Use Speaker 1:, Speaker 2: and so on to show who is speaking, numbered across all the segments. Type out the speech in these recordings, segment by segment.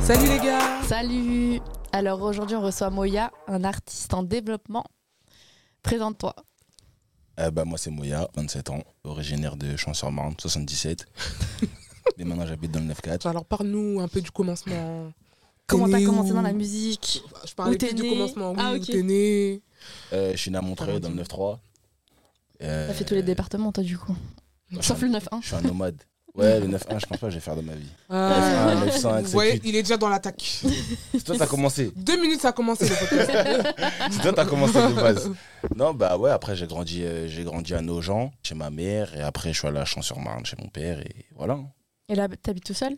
Speaker 1: Salut les gars
Speaker 2: Salut Alors aujourd'hui, on reçoit Moya, un artiste en développement. Présente-toi.
Speaker 3: Euh, bah, moi, c'est Moya, 27 ans, originaire de Champs-sur-Marne, 77. Mais maintenant, j'habite dans le 9-4.
Speaker 1: Alors parle-nous un peu du commencement.
Speaker 2: Comment
Speaker 1: T'es
Speaker 2: t'as
Speaker 1: né
Speaker 2: commencé
Speaker 1: où
Speaker 2: dans la musique
Speaker 1: Bah, Je parlais
Speaker 2: Où t'es
Speaker 1: plus du
Speaker 2: né
Speaker 1: commencement. Oui,
Speaker 2: Ah,
Speaker 1: où
Speaker 2: ok.
Speaker 1: t'es né
Speaker 3: Euh, je suis né à Montreuil, dans le 9-3. Euh,
Speaker 2: T'as fait tous les départements, toi, du coup.
Speaker 3: je suis
Speaker 2: Sauf
Speaker 3: un-
Speaker 2: le hein. 9-1.
Speaker 3: Je suis un nomade. Ouais, le 9-1, je pense pas que je vais faire de ma vie.
Speaker 1: Ah.
Speaker 3: 900, 900,
Speaker 1: Vous voyez,
Speaker 3: 900.
Speaker 1: il est déjà dans l'attaque.
Speaker 3: C'est toi, t'as commencé.
Speaker 1: Deux minutes, ça a commencé le podcast.
Speaker 3: C'est toi, t'as commencé de base. Non, bah ouais, après, j'ai grandi, euh, j'ai grandi à Nogent, chez ma mère, et après, je suis allé à Champs-sur-Marne, chez mon père, et voilà.
Speaker 2: Et là, t'habites tout seul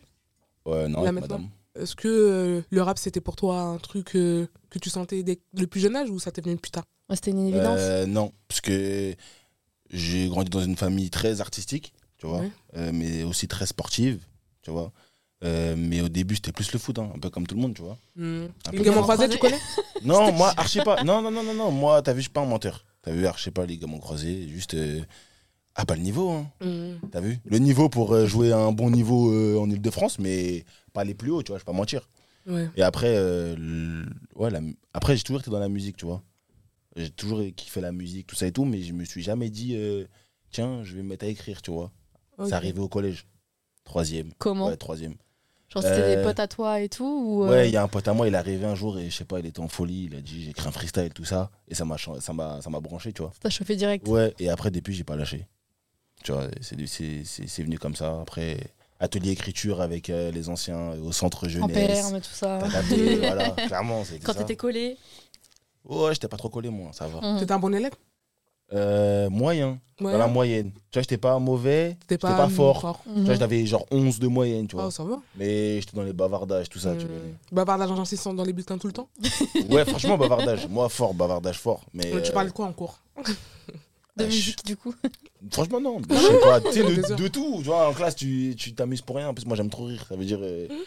Speaker 3: Ouais, non,
Speaker 1: Là,
Speaker 3: avec
Speaker 1: maintenant
Speaker 3: madame.
Speaker 1: Est-ce que euh, le rap, c'était pour toi un truc euh, que tu sentais dès le plus jeune âge ou ça t'est venu plus tard
Speaker 2: Ouais, C'était une évidence.
Speaker 3: Euh, Non, parce que j'ai grandi dans une famille très artistique, tu vois,
Speaker 1: Ouais.
Speaker 3: euh, mais aussi très sportive, tu vois. Euh, mais au début, c'était plus le foot, hein, un peu comme tout le monde, tu vois.
Speaker 1: Hmm.
Speaker 3: Un peu
Speaker 1: Les gamins
Speaker 3: comme-
Speaker 1: croisés, tu connais
Speaker 3: Non, moi, archi pas. Non, non, non, non, non. Moi, t'as vu, je suis pas un menteur. T'as vu, archi pas, les gamins croisés. Juste. euh, Ah, pas le niveau, hein.
Speaker 2: Mmh.
Speaker 1: Hmm.
Speaker 3: T'as vu Le niveau pour euh, jouer à un bon niveau euh, en Ile-de-France, mais pas les plus hauts, tu vois, je vais pas mentir.
Speaker 1: Mmh. Ouais.
Speaker 3: Et après, euh, le- ouais, la mu- après j'ai toujours été dans la musique, tu vois. J'ai toujours kiffé la musique, tout ça et tout, mais je me suis jamais dit, euh, tiens, je vais me mettre à écrire, tu vois.
Speaker 1: Ok.
Speaker 3: Ça arrivait au collège. Troisième.
Speaker 2: Comment
Speaker 3: Ouais, troisième.
Speaker 2: Genre, c'était
Speaker 3: euh,
Speaker 2: des potes à toi et tout ou, euh,
Speaker 3: Ouais, il y a un pote à moi, il est arrivé un jour et je sais pas, il était en folie, il a dit, j'écris un freestyle, tout ça. Et ça m'a chan- ça m'a ça m'a branché, tu vois.
Speaker 2: T'as chauffé direct
Speaker 3: Ouais, et après, depuis, j'ai pas lâché. Tu vois, c'est du- c'est c'est- c'est venu comme ça. Après, atelier écriture avec euh, les anciens euh, au centre
Speaker 2: en
Speaker 3: jeunesse.
Speaker 2: perme, tout ça.
Speaker 3: T'as capté, voilà, clairement, c'était
Speaker 2: Quand
Speaker 3: ça.
Speaker 2: t'étais collé.
Speaker 3: Ouais, j'étais pas trop collé, moi, ça va.
Speaker 2: Hmm.
Speaker 1: T'étais un bon élève
Speaker 3: Euh, moyen,
Speaker 1: Ouais.
Speaker 3: dans la moyenne. Tu vois, j'étais pas mauvais,
Speaker 1: T'étais
Speaker 3: j'étais pas
Speaker 1: hmm,
Speaker 3: fort.
Speaker 2: Mhm,
Speaker 3: tu vois, j'avais genre 11 de moyenne, tu vois.
Speaker 1: Ah, ça va.
Speaker 3: Mais j'étais dans les bavardages, tout ça, tu
Speaker 1: Hmm.
Speaker 3: vois.
Speaker 1: Bavardage en sont dans les bulletins tout le temps.
Speaker 3: Ouais, franchement, bavardage. Moi, fort, bavardage fort. Mais,
Speaker 1: Tu
Speaker 3: euh,
Speaker 1: parles de quoi en cours
Speaker 2: De
Speaker 3: Ah, je-
Speaker 2: musique, du coup.
Speaker 3: euh, Franchement, non.
Speaker 1: Ah
Speaker 3: Je sais pas, tu sais,
Speaker 1: Bien
Speaker 3: de,
Speaker 1: sûr.
Speaker 3: de tout. Tu vois, en classe, tu tu t'amuses pour rien. En plus, moi, j'aime trop rire. Ça veut dire. euh,
Speaker 1: Mm.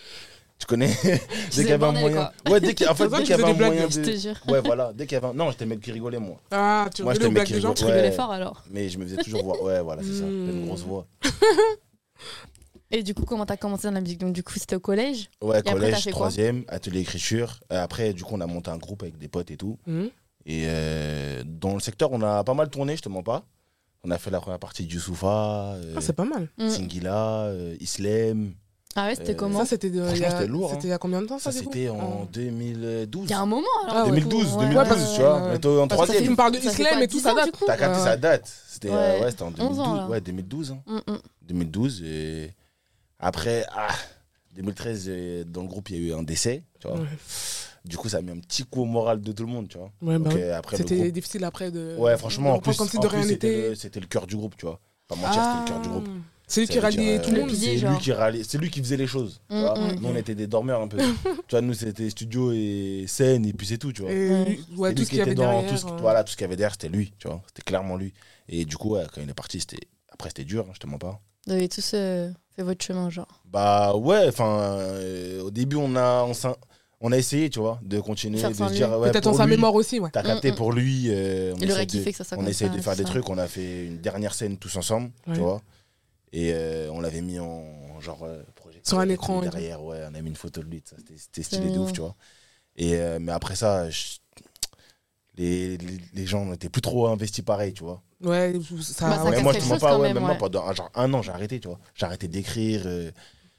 Speaker 3: tu connais Dès qu'il y avait un
Speaker 2: bordel,
Speaker 3: moyen. Ouais, dès qu'il y- en fait,
Speaker 1: C'est pour ça
Speaker 3: dès
Speaker 1: que
Speaker 3: qu'il y
Speaker 1: tu
Speaker 3: avait un
Speaker 1: faisais des
Speaker 3: moyen
Speaker 1: blagues,
Speaker 2: Je te
Speaker 3: de.
Speaker 2: jure.
Speaker 3: Ouais, voilà. Dès qu'il y avait un- Non, j'étais le mec qui rigolait, moi.
Speaker 1: Ah, tu rigoles aux
Speaker 3: Moi, j'étais
Speaker 1: blagues
Speaker 3: mec
Speaker 1: des gens
Speaker 3: qui
Speaker 2: Tu
Speaker 3: Ouais.
Speaker 2: rigolais fort alors.
Speaker 3: Mais je me faisais toujours voir. Ouais, voilà, c'est ça.
Speaker 1: Mm.
Speaker 3: J'avais une grosse voix.
Speaker 2: Et du coup, comment t'as commencé dans la musique Donc, du coup, c'était au collège
Speaker 3: Ouais,
Speaker 2: t'as
Speaker 3: collège,
Speaker 2: fait quoi
Speaker 3: troisième, atelier écriture. Euh, Après, du coup, on a monté un groupe avec des potes et tout.
Speaker 1: Hmm.
Speaker 3: Et euh, dans le secteur, on a pas mal tourné, je te mens pas. On a fait la première partie de Youssoufa, euh,
Speaker 1: Ah, c'est pas mal.
Speaker 2: Hmm.
Speaker 3: Singila, euh, Islam.
Speaker 2: Ah ouais, c'était
Speaker 3: Euh,
Speaker 2: comment
Speaker 1: Ça, c'était de-
Speaker 3: Franchement,
Speaker 1: il y a-
Speaker 3: c'était lourd, hein.
Speaker 1: C'était il y a combien de temps, ça,
Speaker 3: Ça,
Speaker 1: du coup
Speaker 3: c'était en
Speaker 1: Ah.
Speaker 3: 2012.
Speaker 2: Il y a un moment alors.
Speaker 1: Ah ouais.
Speaker 3: 2012,
Speaker 2: Ouais, Ah,
Speaker 3: 2012,
Speaker 1: ouais,
Speaker 3: tu vois.
Speaker 1: ouais, ouais.
Speaker 3: On était en
Speaker 1: Parce que tu
Speaker 3: troisième.
Speaker 1: me parles de
Speaker 2: Ça fait
Speaker 1: Islam
Speaker 2: quoi,
Speaker 1: et tout,
Speaker 2: 10
Speaker 1: ça
Speaker 2: ans,
Speaker 1: date.
Speaker 2: du coup
Speaker 3: T'as capté
Speaker 1: Ouais.
Speaker 3: sa date. C'était euh,
Speaker 2: Ouais.
Speaker 3: ouais, c'était en
Speaker 2: 11
Speaker 3: 2012.
Speaker 2: ans, là.
Speaker 3: ouais, 2012. hein.
Speaker 2: Mm, mm.
Speaker 3: 2012. Et après, ah, 2013, euh, dans le groupe, il y a eu un décès. Tu vois.
Speaker 1: Ouais.
Speaker 3: Du coup, ça a mis un petit coup au moral de tout le monde. Tu vois.
Speaker 1: Ouais, bah
Speaker 3: Donc,
Speaker 1: ouais.
Speaker 3: euh, après, le
Speaker 1: C'était
Speaker 3: groupe-
Speaker 1: difficile après de.
Speaker 3: Ouais, franchement,
Speaker 1: de
Speaker 3: en plus,
Speaker 1: reprendre comme si
Speaker 3: en
Speaker 1: de
Speaker 3: plus,
Speaker 1: rien
Speaker 3: c'était,
Speaker 1: n'était.
Speaker 3: le, c'était le cœur du groupe, tu vois. Pas mentir, c'était le cœur du groupe.
Speaker 1: C'est lui
Speaker 3: Ça
Speaker 1: qui
Speaker 3: veut
Speaker 1: ralliait
Speaker 3: dire,
Speaker 1: tout le
Speaker 3: euh,
Speaker 1: monde.
Speaker 2: Pilier,
Speaker 3: C'est lui,
Speaker 2: genre.
Speaker 3: qui ralliait- c'est lui qui faisait les choses. tu
Speaker 2: Mm,
Speaker 3: vois.
Speaker 2: mm.
Speaker 3: Nous, on était des dormeurs un peu. tu vois, nous, c'était studio et scène, et puis c'est tout, tu vois.
Speaker 1: Et lui- ouais,
Speaker 3: C'est
Speaker 1: tout
Speaker 3: lui
Speaker 1: ce qu'il y
Speaker 3: était
Speaker 1: avait
Speaker 3: dans-
Speaker 1: derrière.
Speaker 3: tout ce-
Speaker 1: euh,
Speaker 3: Voilà, tout ce qu'il y avait derrière, c'était lui, tu vois. C'était clairement lui. Et du coup, ouais, quand il est parti, c'était... après, c'était dur, hein, je te mens pas.
Speaker 2: Vous avez tous euh, fait votre chemin, genre.
Speaker 3: Bah ouais, enfin, euh, au début, on a, on, s'in- on a essayé, tu vois, de continuer,
Speaker 2: Faire
Speaker 3: de
Speaker 2: sans
Speaker 3: se dire,
Speaker 2: lui.
Speaker 3: ouais,
Speaker 1: Peut-être
Speaker 3: pour
Speaker 1: en sa
Speaker 3: lui,
Speaker 1: mémoire aussi, ouais.
Speaker 3: T'as capté
Speaker 2: Mm, mm.
Speaker 3: pour lui. euh, on
Speaker 2: Il
Speaker 3: essaie
Speaker 2: aurait
Speaker 3: de-
Speaker 2: kiffé que ça soit
Speaker 3: on
Speaker 2: comme
Speaker 3: essayait
Speaker 2: ça,
Speaker 3: de faire
Speaker 2: tout
Speaker 3: des
Speaker 2: ça.
Speaker 3: trucs, on a fait une dernière scène tous ensemble,
Speaker 1: Ouais.
Speaker 3: tu vois. Et euh, on l'avait mis en genre euh, projecteur
Speaker 1: Sur un
Speaker 3: et tout
Speaker 1: écran et tout.
Speaker 3: derrière, ouais, on a mis une photo de lui, ça, c'était- c'était
Speaker 2: C'est
Speaker 3: stylé de ouf,
Speaker 2: mignon.
Speaker 3: tu vois. Et euh, mais après ça, je- les, les, les gens n'étaient plus trop investis pareil, tu vois.
Speaker 1: Ouais,
Speaker 2: Bah,
Speaker 1: ça,
Speaker 2: ça
Speaker 1: Ah ouais,
Speaker 2: casse
Speaker 3: moi je
Speaker 2: quelque
Speaker 3: te mens
Speaker 2: chose
Speaker 3: pas,
Speaker 2: quand
Speaker 3: ouais,
Speaker 2: même,
Speaker 3: même moi,
Speaker 2: ouais.
Speaker 3: pendant un- genre un an, j'ai arrêté, tu vois. J'ai arrêté d'écrire, euh,